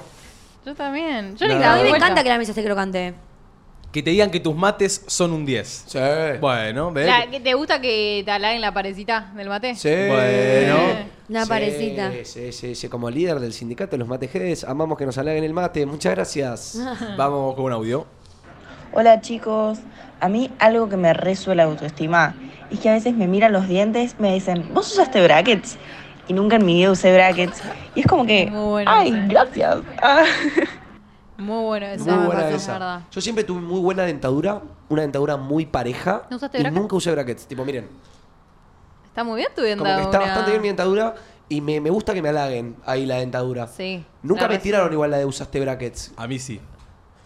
D: Yo también. Yo le
A: No.
D: quedaba
B: a mí me
D: vuelta.
B: encanta que la mesa esté crocante.
C: Que te digan que tus mates son un 10.
A: Sí.
C: Bueno, ¿ves?
D: La- que ¿Te gusta que te halaguen la parecita del mate?
A: Sí.
C: Bueno.
B: La
A: Sí,
B: parecita.
A: Sí, sí, sí. Como líder del sindicato de los matejedes, amamos que nos halaguen el mate. Muchas gracias.
C: Vamos con un audio.
K: Hola chicos, a mí algo que me resuela la autoestima es que a veces me miran los dientes, me dicen, ¿vos usaste brackets? Y nunca en mi vida usé brackets. Y es como que,
D: Muy bueno
K: ay,
D: ese.
K: gracias. Ah.
D: Muy bueno eso.
A: Muy buena
D: es
A: esa.
D: verdad.
A: Yo siempre tuve muy buena dentadura, una dentadura muy pareja.
D: ¿No usaste
A: y
D: brackets?
A: nunca usé brackets. Tipo, miren,
D: Está muy bien tu dentadura.
A: como que está bastante bien mi dentadura y me, me gusta que me halaguen ahí la dentadura.
D: Sí.
A: Nunca
D: la
A: me
D: res-
A: tiraron igual la de usaste brackets.
C: A mí sí.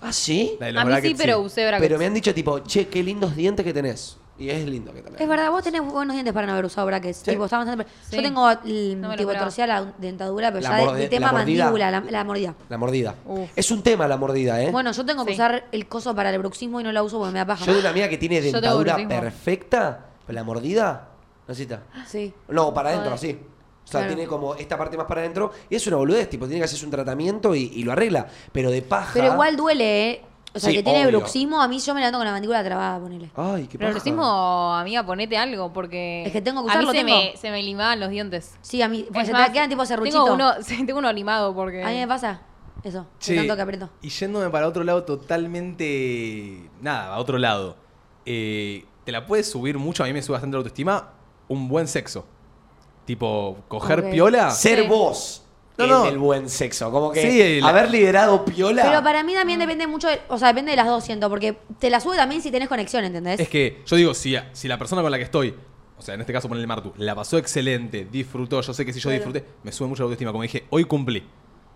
A: ¿Ah, sí?
C: La de los
D: A mí sí,
C: brackets,
D: pero usé brackets.
A: Pero me han dicho tipo, che, qué lindos dientes que tenés. Y es lindo que tenés.
B: Es verdad, vos tenés buenos dientes para no haber usado brackets. Tipo, está bastante...
D: Sí.
B: Yo tengo l-
D: No me lo
B: tipo,
D: creo.
B: torcida la dentadura, pero
A: La
B: ya de-
A: morde-
B: de
A: la
B: tema
A: mordida.
B: mandíbula, la, la mordida.
A: La mordida.
D: Uf.
A: Es un tema la mordida, ¿eh?
B: Bueno, yo tengo que
D: Sí.
B: usar el coso para el bruxismo y no la uso porque me da paja.
A: Yo de una amiga que tiene
D: Yo tengo
A: dentadura
D: bruxismo.
A: perfecta, pero la mordida, no necesita.
B: Sí.
A: No, para adentro, así. O sea,
B: Claro.
A: tiene como esta parte más para adentro. Y es una boludez, tipo, tiene que hacerse un tratamiento y, y lo arregla. Pero de paja.
B: Pero igual duele, ¿eh? O sea,
A: Sí,
B: que tiene
A: obvio.
B: bruxismo, a mí yo me levanto con la mandíbula trabada, ponele.
A: Ay, qué
D: Pero
A: paja.
D: lo hicimos, amiga, ponete algo porque.
B: Es que tengo que
D: a mí
B: usarlo,
D: se,
B: tengo.
D: Me, se me limaban los dientes.
B: Sí, a mí. Pues
D: Es
B: se
D: más,
B: te quedan tipo serruchito.
D: Tengo uno, sí, tengo uno limado porque.
B: A mí me pasa eso. de
C: Che,
B: tanto que aprieto.
C: Y yéndome para otro lado totalmente. Nada, a otro lado. Eh, te la puedes subir mucho, a mí me sube bastante la autoestima. Un buen sexo. Tipo, coger
B: Ok.
C: piola.
A: Ser
D: Sí.
A: vos.
C: No,
A: en
C: no.
A: el buen sexo. Como que
C: Sí, el-
A: haber liderado piola.
B: Pero para mí
D: Mm.
B: también depende mucho, de- o sea, depende de las dos, siento, porque te la sube también si tenés conexión, ¿entendés?
C: Es que yo digo, si, si la persona con la que estoy, o sea, en este caso ponerle Martu, la pasó excelente, disfrutó, yo sé que si yo disfruté, me sube mucho la autoestima. Como dije, hoy cumplí.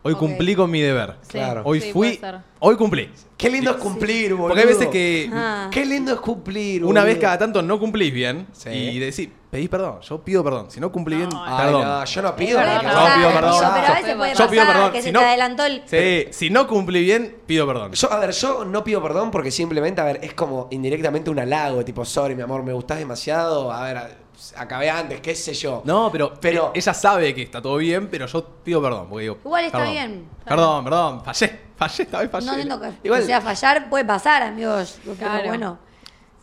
C: Hoy
D: Ok.
C: cumplí con mi deber.
D: Sí,
A: Claro.
C: Hoy
D: sí,
C: fui,
D: puede ser.
C: hoy cumplí.
A: Qué lindo es cumplir, boludo.
C: Porque hay veces que
B: Ah.
A: Qué lindo es cumplir,
C: una vez
A: boludo.
C: cada tanto no cumplís bien
A: Sí.
C: y decís, pedís perdón, yo pido perdón. Si no cumplí bien,
A: Ay,
C: perdón.
A: no, yo no pido.
B: Puede
D: Perdón,
A: porque-
C: perdón,
B: pasar,
C: pido
B: amigo,
C: perdón.
B: Pero a veces
D: Yo
B: puede
C: Yo
B: pasar
C: pido perdón.
B: que
C: si
B: se
C: no,
B: te adelantó el...
C: Sí, si no cumplí bien, pido perdón.
A: Yo, a ver, yo no pido perdón porque simplemente, a ver, es como indirectamente un halago, tipo, sorry, mi amor, me gustás demasiado, a ver, a- acabé antes, qué sé yo.
C: no, pero, eh,
A: Pero-
C: ella sabe que está todo bien, pero yo pido perdón. Porque digo,
B: Igual está
C: perdón.
B: bien.
C: Perdón, perdón, fallé, fallé, esta vez fallé.
B: No siento que...
A: Igual-
B: O sea, fallar puede pasar, amigos. Pero
D: Claro.
B: bueno.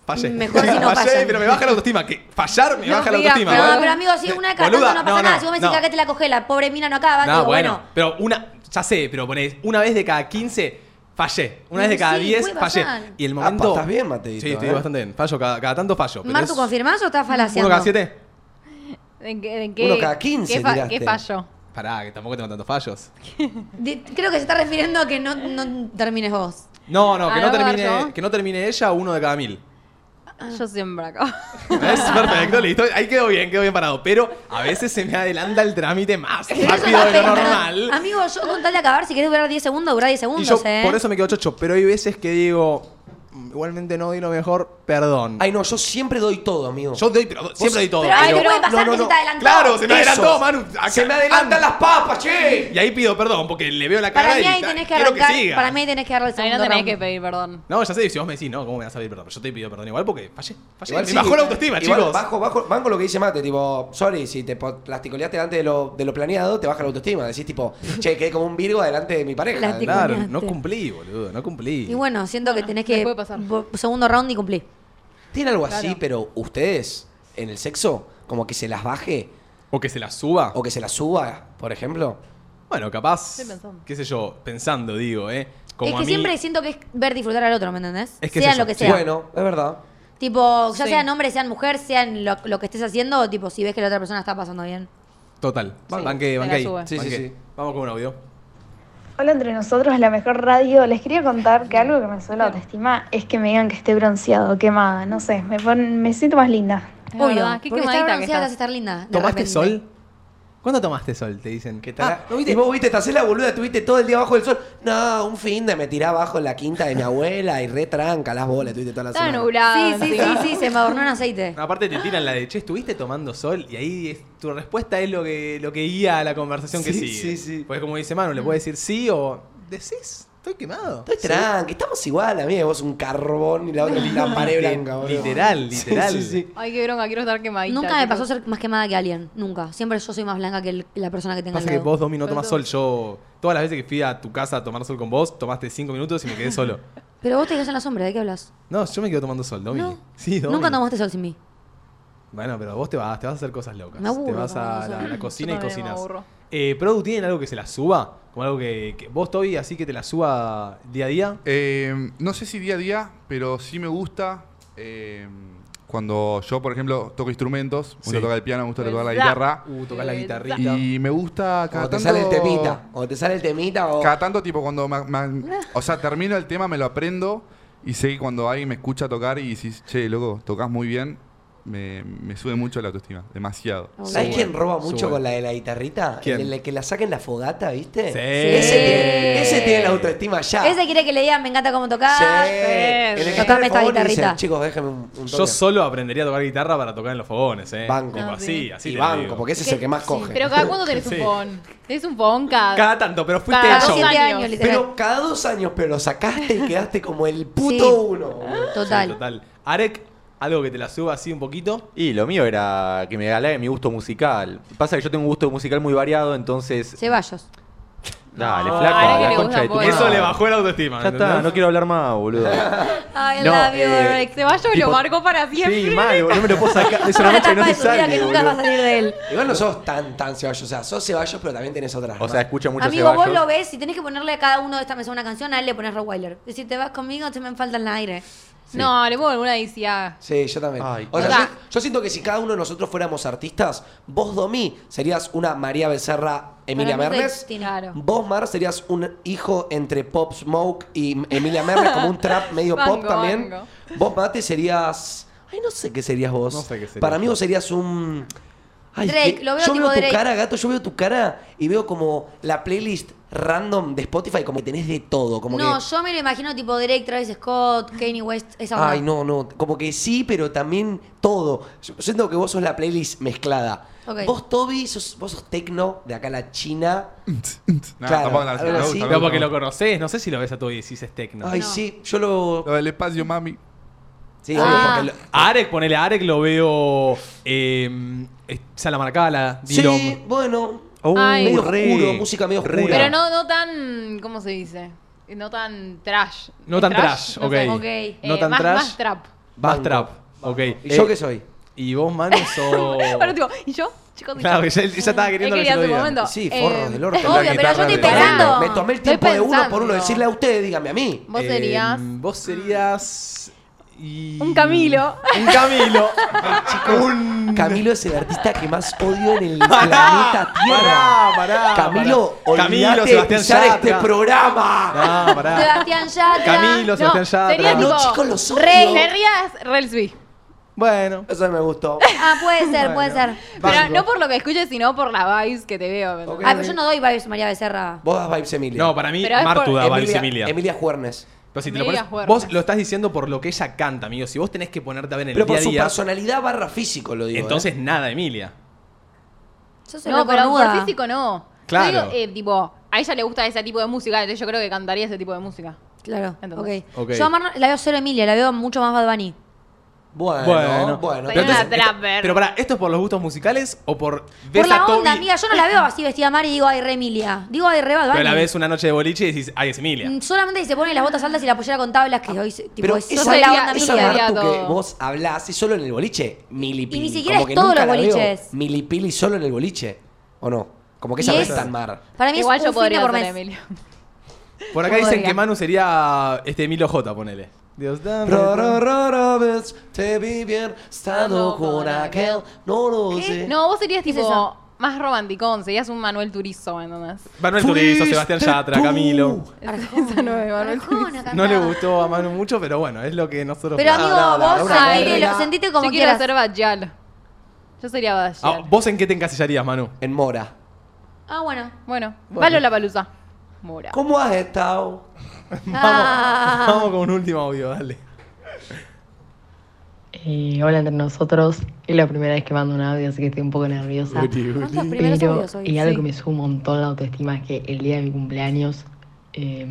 C: Fallé.
B: Mejor si no
C: Fallé,
B: fallan.
C: pero me baja la autoestima. Que fallar me
B: No,
C: baja la
B: digas,
C: autoestima.
B: No,
C: boludo.
B: pero amigo, si una de cada
C: Boluda,
B: tanto no pasa nada. Si vos me decís
C: no.
B: que acá te la cogé, la pobre mina no acaba,
C: No,
B: digo,
C: bueno,
B: Ah, bueno.
C: pero una, ya sé, pero ponés una vez de cada 15 fallé, una vez
B: No,
C: de cada
B: sí,
C: 10
B: puede
C: fallé.
B: pasar.
C: Y el
A: Apa,
C: momento.
A: estás bien, Mateito,
C: Sí, estoy
A: eh.
C: bastante bien. Fallo, cada, cada tanto fallo. pero
B: ¿Martu
C: es-
B: confirmás o estás
C: ¿Uno
B: falaciando?
C: cada 7?
D: ¿De qué, de qué-
C: Uno cada 15
D: ¿Qué, fa-
C: tiraste.
D: qué fallo?
C: Pará, que tampoco tengo tantos fallos.
B: De- creo que se está refiriendo a que no, no termines vos.
C: No, no, que
D: Ah,
C: no,
D: ¿no
C: termine,
D: agarro?
C: que no termine ella, uno de cada mil.
B: Ah.
D: Yo siempre acá.
C: ¿Ves? Perfecto, listo. Ahí quedó bien, quedó bien parado. Pero a veces se me adelanta el trámite más rápido de lo normal.
B: Amigo, yo con tal de acabar, si querés durar 10 segundos, durá 10
C: Y
B: segundos,
C: yo
B: eh.
C: por eso me quedo chocho. Pero hay veces que digo, "Mm, igualmente no di lo mejor, perdón.
A: Ay, no, yo siempre doy todo, amigo.
C: Yo doy, pero siempre doy todo.
B: Pero, ay, pero puede pasar que se te adelantó.
C: Claro, se me
A: Eso.
C: adelantó, Manu. Acá-
A: Se me adelantan las papas, che.
C: Y ahí pido perdón porque le veo la cara
B: Para mí
C: y
B: ahí
C: ta-
B: tenés que
C: quiero
B: arrancar.
C: siga.
B: para mí ahí tenés que darle el
D: Ahí
B: segundo
D: no tenés
B: round.
D: que pedir perdón.
C: No, ya sé, si vos me decís, no, ¿cómo me vas a pedir perdón? Yo te pido perdón igual porque fallé. fallé.
A: Igual
C: me
A: sí.
C: bajó la autoestima,
A: Igual
C: chicos.
A: Bajo, bajo, van con lo que dice Mate, tipo, sorry, si te po- plasticoleaste antes de lo, de lo planeado, te baja la autoestima. Decís, tipo, che, quedé como un virgo delante de mi pareja.
B: Plastico-
C: Claro,
B: Coñaste.
C: no cumplí, boludo, no cumplí.
B: Y bueno, siento que tenés que.
D: puede pasar.
B: bo- Segundo round y cumplí.
A: ¿Tiene algo así, pero ustedes, en el sexo, como que se las baje
C: O que se la suba.
A: o que se las suba, por ejemplo?
C: Bueno, capaz,
D: Estoy pensando.
C: qué sé yo, pensando, digo, ¿eh? Como
B: es
C: a
B: que
C: mí-
B: siempre siento que es ver disfrutar al otro, ¿me entendés?
C: Es que es
B: sean
C: eso,
B: lo que
C: sí.
B: sea.
A: Bueno, es verdad.
B: Tipo, ya
D: Sí.
B: sean hombre, sean mujer, sean lo, lo que estés haciendo, tipo, si ves que la otra persona está pasando bien.
C: Total,
D: Sí,
C: banqué,
D: se
C: banqué
D: la
C: ahí.
D: sube.
A: Sí, sí,
C: banqué.
A: sí.
C: Vamos con un audio.
J: Hola entre nosotros, la mejor radio. Les quería contar que algo que me sube la autoestima es que me digan que esté bronceado, quemada, no sé, me, ponen- me siento más linda.
D: Es
B: Obvio,
D: verdad, qué
B: porque
D: quemadita
B: estar
D: que
B: bronceada te
D: estás.
B: hace estar linda. de
C: ¿Tomaste
B: repente.
C: sol? ¿Cuándo tomaste sol? Te dicen. Ah, ¿Qué
A: Te la- ¿no viste? Y vos viste, te hacés la boluda, estuviste todo el día bajo el sol. No, un fin de me tiré abajo en la quinta de mi abuela y retranca las bolas, estuviste toda la
D: Está
A: semana.
D: nublado.
B: Sí, sí, sí, sí, se me adornó en aceite.
C: Aparte te tiran la de, che, estuviste tomando sol y ahí es- tu respuesta es lo que, lo que guía a la conversación que
A: Sí,
C: sigue.
A: sí, sí.
C: Porque como dice Manu, le puedes decir sí o decís, estoy quemado.
A: Estoy tranqui, estamos igual, amigo. Vos un carbón y la otra una pared blanca, boludo.
C: Literal,
A: Sí,
C: literal.
A: sí, sí.
D: Ay, qué bronca, quiero estar quemadita.
B: Nunca me
D: chicos.
B: pasó ser más quemada que alguien, nunca. Siempre yo soy más blanca que el- la persona que tenga
C: Pasa
B: al
C: que
B: lado.
C: vos, Domi, no tomás sol. Yo, todas las veces que fui a tu casa a tomar sol con vos, tomaste cinco minutos y me quedé solo.
B: Pero vos te quedás en la sombra, ¿de qué hablas?
C: No, yo me quedo tomando sol, Domi.
B: No.
C: Sí, Domi.
B: Nunca tomaste sol sin mí.
C: Bueno, pero vos te vas, te vas a hacer cosas locas.
B: Me aburro
C: te vas a
B: tomando
C: la,
B: sol.
C: la cocina y
D: Yo también me
C: cocinas.
D: aburro.
C: Eh, ¿Produ tienen algo que se la suba? Como algo que, que vos, Toby, así que te la suba día a día.
E: Eh, no sé si día a día, pero sí me gusta eh, cuando yo, por ejemplo, toco instrumentos. Me gusta
C: Sí.
E: tocar el piano, me gusta tocar la
D: Verdad.
E: guitarra.
C: Uh, tocas la guitarrita.
E: Y me gusta cada
A: Cuando te
E: tanto...
A: sale el temita, o te sale el temita o...
E: Cada tanto, tipo, cuando... ma- ma- o sea, termino el tema, me lo aprendo y sé que cuando alguien me escucha tocar y decís, che, loco, tocas muy bien, me, me sube mucho la autoestima. Demasiado.
A: ¿Sabés
B: Sí.
A: quién roba mucho
C: Sube.
A: con la de la guitarrita?
C: ¿Quién?
A: El, el que la saca en la fogata, ¿viste?
C: Sí.
A: Ese tiene, ese tiene la autoestima ya.
B: Ese quiere que le digan, me encanta cómo tocás.
A: Sí.
D: sí.
A: En el
B: Tocame
A: que está en el
B: esta
A: fogón y dicen,
B: guitarrita.
A: chicos, déjame un, un toque.
C: Yo solo aprendería a tocar guitarra para tocar en los fogones, ¿eh?
A: Banco.
C: Tipo
A: Ah,
C: así, así.
A: y
C: te
A: banco,
C: digo.
A: porque ese es el que más coge.
D: Pero cada cuándo tenés un
C: Sí.
D: fogón. Tenés un fogón cada.
C: Cada tanto, pero fuiste
D: Cada
C: al show.
D: dos
B: siete
D: años.
B: años, literal.
A: Pero cada dos años, pero lo sacaste y quedaste como el puto
B: Sí.
A: uno. boludo.
B: Total.
C: Sí, total. Arek, algo que te la suba así un poquito.
F: Y lo mío era que me galague mi gusto musical. Pasa que yo tengo un gusto musical muy variado, entonces.
B: Ceballos.
F: Dale,
C: No,
F: flaco,
D: ahora Ah. que
F: la
D: le
F: concha
D: gusta
F: de tu
D: Bueno.
C: Eso
F: madre.
C: le bajó la autoestima.
F: Ya está,
C: ¿entendés?
F: no quiero hablar más, boludo.
B: Ay, el
F: Ah, No,
B: labio,
F: eh,
B: Rex.
D: Ceballos lo
F: tipo-
D: marcó para siempre.
F: Sí, mal, boludo, no me lo puedo sacar. Es una
B: Una
F: noche que
B: etapa
F: no
B: de su
F: se
B: vida
F: sale,
B: que nunca va a
F: boludo.
B: salir de él.
A: Igual no sos tan, tan ceballos. O sea, sos ceballos, pero también tenés otras.
F: O
A: ramas.
F: sea, escucha mucho
B: Amigo, vos
F: Ceballos.
B: lo ves, si tenés que ponerle a cada uno de esta mesa una canción, a él le pones Rockweiler. Y si te vas conmigo, te me falta el aire.
D: No, le pongo alguna DCA.
A: Sí, yo también.
F: Ay,
A: o sea,
D: claro.
A: yo, yo siento que si cada uno de nosotros fuéramos artistas, vos, Domi, serías una María Becerra, Emilia
B: Para mí te-
A: Mernes.
B: tiene-
D: Claro.
A: Vos, Mar, serías un hijo entre Pop Smoke y Emilia Mernes, como un trap medio pop
D: Banco,
A: también.
D: banco.
A: Vos, Mate, serías... Ay, no sé qué serías vos.
C: No sé qué sería
A: Para mí
C: yo.
A: vos serías un... Ay,
B: Drake,
A: que-
B: lo veo
A: yo
B: tipo
A: veo tu
B: Drake.
A: cara, gato, yo veo tu cara y veo como la playlist random de Spotify, como que tenés de todo, como
B: no,
A: que...
B: yo me lo imagino tipo Drake, Travis Scott, Kanye West, esa onda.
A: Ay, no, no. Como que sí, pero también todo. Yo siento que vos sos la playlist mezclada.
B: Ok.
A: Vos, Toby, sos, vos sos tecno de acá a la China.
E: Nah,
A: Claro,
E: tampoco la-
A: algo
E: me gusta,
A: así.
E: me
C: Pero
E: gusta,
C: porque
E: me
C: lo
E: gusta.
C: conocés, no sé si lo ves a todo y decís es tecno.
A: Ay, sí, yo lo.
E: Lo del espacio, mami.
A: Sí,
B: Ah.
A: obvio, porque
C: A Arek, ponele a Arek, lo veo. Eh, es- Salamarcala,
A: lo-
C: Dilom.
A: Sí, bueno.
F: Oh,
D: Ay.
A: medio
F: re,
A: oscuro, música medio
F: re.
A: oscura.
D: Pero no, no tan. ¿Cómo se dice? No tan trash.
C: No
D: ¿Es
C: tan trash,
D: No
C: ok.
D: sé.
B: ok.
C: No
D: Eh,
C: tan
D: más,
C: trash.
D: Más trap.
C: Bastrap. Ok. Eh,
A: ¿Y yo qué soy?
C: Y vos, Manu, sos.
D: Ahora digo, ¿y yo? Chicos, ¿y
C: Claro,
D: yo?
C: que ya, ya estaba queriendo
D: Él quería
C: lo
D: su momento.
A: Sí,
D: Eh,
A: forro del orto.
D: obvio, pero yo estoy pensando.
A: Me tomé el
D: Estoy
A: tiempo de uno por uno.
D: pensando.
A: Decirle a ustedes, dígame a mí.
D: Vos serías
C: Em, Vos serías. y-
D: un Camilo.
C: Un Camilo.
D: Mm.
A: Camilo es el artista que más odio en el planeta Tierra.
C: Pará, pará.
A: Camilo,
C: pará. Camilo,
A: olvídate de
C: Sebastián
A: pisar este
C: Yatra.
A: programa.
C: No, pará.
B: Sebastián Yatra.
C: Camilo, Sebastián Yatra.
D: Sería
A: No,
D: tipo.
A: chicos, los odio.
D: Rey, serías Relsby.
C: Bueno.
A: Eso me gustó.
B: Ah, puede ser, puede ser.
D: Pero
C: Banco.
D: no por lo que escuches, sino por la vibes que te veo. ¿verdad?
A: Ok.
B: Ah, pero yo no doy vibes María Becerra.
A: Vos das vibes, Emilia.
C: No, para mí,
D: Pero es
C: Martu
D: por-
C: da vibes
A: Emilia,
C: Emilia.
A: Emilia Juernes.
C: Pero si te lo
D: Emilia
C: pones-
D: Juernes.
C: vos lo estás diciendo por lo que ella canta, amigo. Si vos tenés que ponerte a ver en el
A: Pero
C: día
A: por
C: a
A: su
C: día,
A: personalidad barra físico, lo digo. ¿eh?
C: entonces nada, Emilia.
B: Yo soy
D: No, pero por
B: cornuda.
D: físico no.
C: Claro.
D: Yo digo, eh, tipo, a ella le gusta ese tipo de música, entonces yo creo que cantaría ese tipo de música.
B: Claro,
D: Entonces.
B: ok.
C: Ok.
B: Yo a Mar- la veo cero Emilia, la veo mucho más Bad Bunny.
A: Bueno,
C: Bueno.
A: bueno.
D: Pero
A: entonces-
D: una trapper.
C: Pero pará, ¿esto es por los gustos musicales o por. ves
B: Por la
C: a Toby-
B: onda, amiga, yo no la veo así vestida mal y digo, ay, re Emilia. Digo, ay, re Bad Bunny.
C: Pero la ves una noche de boliche y decís, ay, es Emilia.
B: Mm, Solamente si se pone las botas altas y la pollera con tablas
C: Ah,
B: que hoy, se- tipo,
A: Pero
B: es
A: esa-
B: soy la onda
A: esa
D: Emilia.
B: Emilia.
A: Martu que
D: Todo.
A: vos hablás y solo en el boliche, milipili.
B: Y ni siquiera
A: Como
B: es
A: que
B: todos
A: nunca
B: los
A: la veo.
B: boliches.
A: Milipili solo en el boliche, ¿o no? Como que
B: Y
A: esa
B: es-
A: vez tan mar.
B: Para mí
D: Igual
B: es
D: yo
B: un fin de
D: podría
B: por
D: ser
B: mes.
D: Emilio.
C: Por acá
D: Yo
C: dicen
D: podría.
C: que Manu sería este Emilio J, ponele. Dios dame.
A: Ro, ro, ro, ro, ves, te vi bien, estando con aquel, no lo sé.
D: No, vos serías
B: ¿Qué es
D: tipo
B: eso?
D: más romanticón, serías un Manuel Turizo, ¿entendés?
C: Manuel Turizo, Sebastián
A: Fuiste
C: Yatra,
A: tú.
C: Camilo.
D: Esa no es Manuel Turizo.
B: Arjona
C: No le
B: cantaba.
C: gustó a Manu mucho, pero bueno, es lo que nosotros.
B: Pero
C: Ah,
B: amigo,
A: no, no,
B: vos
A: no, no,
B: sentite-
A: no,
B: lo-
A: no.
B: sentite como
D: yo quiero
B: quieras. Ah,
D: ser Bajal. Yo sería
C: ah,
D: Bajal.
C: ¿Vos en qué te encasillarías, Manu?
A: En Mora.
B: Ah, bueno.
D: Bueno, Valo la palusa. Mora.
A: ¿Cómo has estado?
B: Ah.
C: Vamos, vamos con un último audio, dale.
L: Eh, hola entre nosotros. Es la primera vez que mando un audio, así que estoy un poco nerviosa.
B: ¿Cuántos primeros
L: Pero,
B: audios hoy?
L: y algo
B: Sí.
L: que me sube un montón la autoestima es que el día de mi cumpleaños, eh,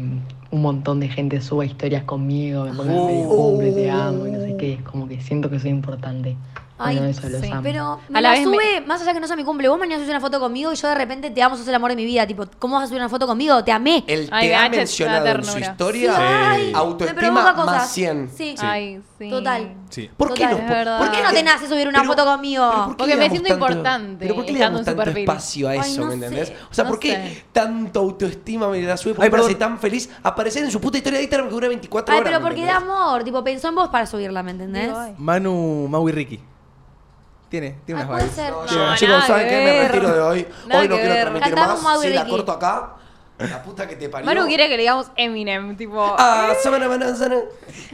L: un montón de gente suba historias conmigo, me pone
D: Uh.
L: feliz cumple, te amo, y no sé qué. Es como que siento que soy importante.
B: Ay,
L: Bueno, eso los
D: sí,
L: amo.
B: Pero
D: A
B: me
D: la
B: la
D: vez me-
B: sube, más allá que no sea mi cumple, vos mañana subís una foto conmigo y yo de repente te amo, sos el amor de mi vida. Tipo, ¿cómo vas a subir una foto conmigo? Te amé.
A: El te
D: Ay,
A: ha
D: gacha,
A: mencionado
D: la
A: en su
D: ternura.
A: historia,
C: Sí. Ay,
B: me provoca
A: autoestima
B: cosas.
A: más 100.
B: Sí.
D: Ay, sí.
B: Total.
C: Sí.
A: ¿Por qué,
B: Total,
A: no,
B: es
A: por,
D: verdad.
A: ¿por
D: ¿Por
B: qué no te nace subir una foto conmigo?
A: ¿por qué
D: Porque
A: le
D: me
A: damos
D: siento
A: tanto-
D: importante
A: ¿Pero por qué le
D: estando
A: damos
D: en su
A: tanto
D: perfil?
A: espacio a
B: Ay,
A: eso,
B: no
A: ¿me entendés?
B: sé,
A: o sea,
D: no
A: ¿por qué
D: sé.
A: tanta autoestima me la sube?
C: Ay,
A: Porque me hace
C: perdón.
A: tan feliz aparecer en su puta historia de Instagram que dura 24
B: Ay,
A: horas.
B: pero
A: ¿me
B: porque da
A: entendés?
B: amor. Tipo, pensó en vos para subirla, ¿me entendés?
D: Digo, ay.
C: Manu, Mau y Ricky. Tiene, tiene
B: Ah,
C: unas
B: puede
C: vibes.
B: ser.
A: Chicos,
D: No,
A: chicos,
D: nada
A: ¿saben
D: que
A: qué? Me
D: ver.
A: retiro de hoy.
D: Nada
A: hoy no
D: que
A: quiero
D: ver.
A: transmitir
B: Cantamos
A: más.
B: Mau y
A: Si la
B: Ricky.
A: corto acá, la puta que te parió.
D: Manu quiere que le digamos Eminem, tipo.
A: Ah, semana, semana, semana.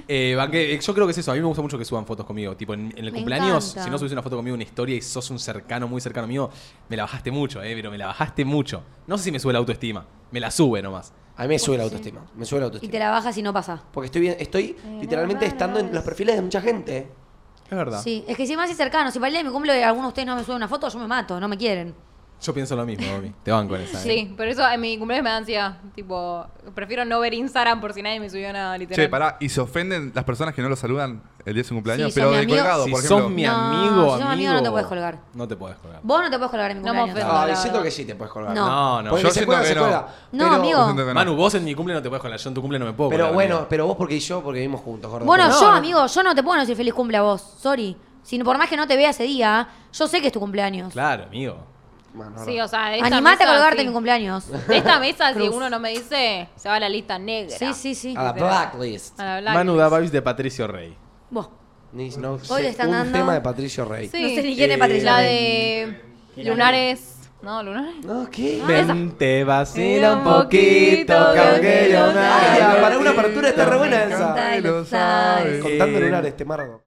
C: Eh, va que- yo creo que es eso. A mí me gusta mucho que suban fotos conmigo. Tipo, en, en el
B: Me
C: cumpleaños,
B: encanta.
C: si no subís una foto conmigo, una historia y sos un cercano, muy cercano mío, me la bajaste mucho, eh, pero me la bajaste mucho. No sé si me sube la autoestima. Me la sube nomás.
A: A mí me sube la autoestima. Me sube la
B: Y te
A: autoestima.
B: la bajas y no pasa.
A: Porque estoy, bien-
D: Eh,
A: estoy literalmente estando en los perfiles de mucha gente.
C: Es verdad.
B: Sí, es que si más es cercano, si para el día de mi cumple alguno de ustedes no me sube una foto, yo me mato, no me quieren.
C: Yo pienso lo mismo, Domi. Te van con esa. eh.
D: Sí, pero eso en mi cumpleaños me da ansiedad. Tipo, prefiero no ver Instagram por si nadie me subió nada literal.
E: Che, pará, y se ofenden las personas que no lo saludan el día de su cumpleaños,
B: Sí, son
E: pero
B: mi
E: de
B: amigo.
E: colgado,
C: Si
E: por
C: sos
E: ejemplo.
C: mi
B: No,
C: amigo,
B: si sos mi amigo, no te puedes colgar.
C: No te puedes colgar.
B: Vos no te puedes colgar en mi
D: No me
B: cumpleaños.
D: ofendas.
A: Ay,
D: no,
A: siento
D: no.
A: que sí te puedes colgar.
B: No.
C: No, no.
A: Porque
E: Yo
A: se
E: siento
A: cuelga,
E: que
A: se
E: no.
A: cuelga.
B: No,
A: Pero-
B: amigo.
E: Yo siento que no.
C: Manu, vos en mi cumple no te puedes colgar. Yo en tu cumple no me puedo
A: Pero
C: colgar,
A: bueno,
C: amigo.
A: pero vos porque yo, porque vivimos juntos, gordo.
B: Bueno,
A: Pero-
B: yo, amigo, yo no te puedo decir feliz cumple a vos, sorry. Si por más que no te vea ese día, yo sé que es tu cumpleaños.
C: Claro, amigo.
A: Bueno,
D: Sí, o sea, de esta
B: Animate a
D: mesa,
B: colgarte
D: sí.
B: en mi cumpleaños.
D: De esta mesa, si
B: Cruz.
D: uno no me dice, se va a la lista negra.
B: Sí, sí, sí.
A: a la blacklist.
D: A la blanca.
C: Manu da vibes de Patricio Rey.
B: Vos.
A: Ni- No,
B: Hoy
A: sé,
B: le están
A: un
B: dando-
A: tema de Patricio Rey.
D: Sí.
B: No sé ni quién es
C: Eh,
B: Patricia.
D: La
B: Rey.
D: de lunares. No, lunares.
A: No, ¿qué?
C: Ven, te vacila
D: Mira
C: un
D: un
C: poquito,
D: poquito,
C: que aunque yo
D: que yo
A: Ay,
C: nada.
A: para una apertura está re buena esa.
E: Nadie lo
B: Dale,
E: sabe.
B: dale.
A: Contando lunares, este mardo.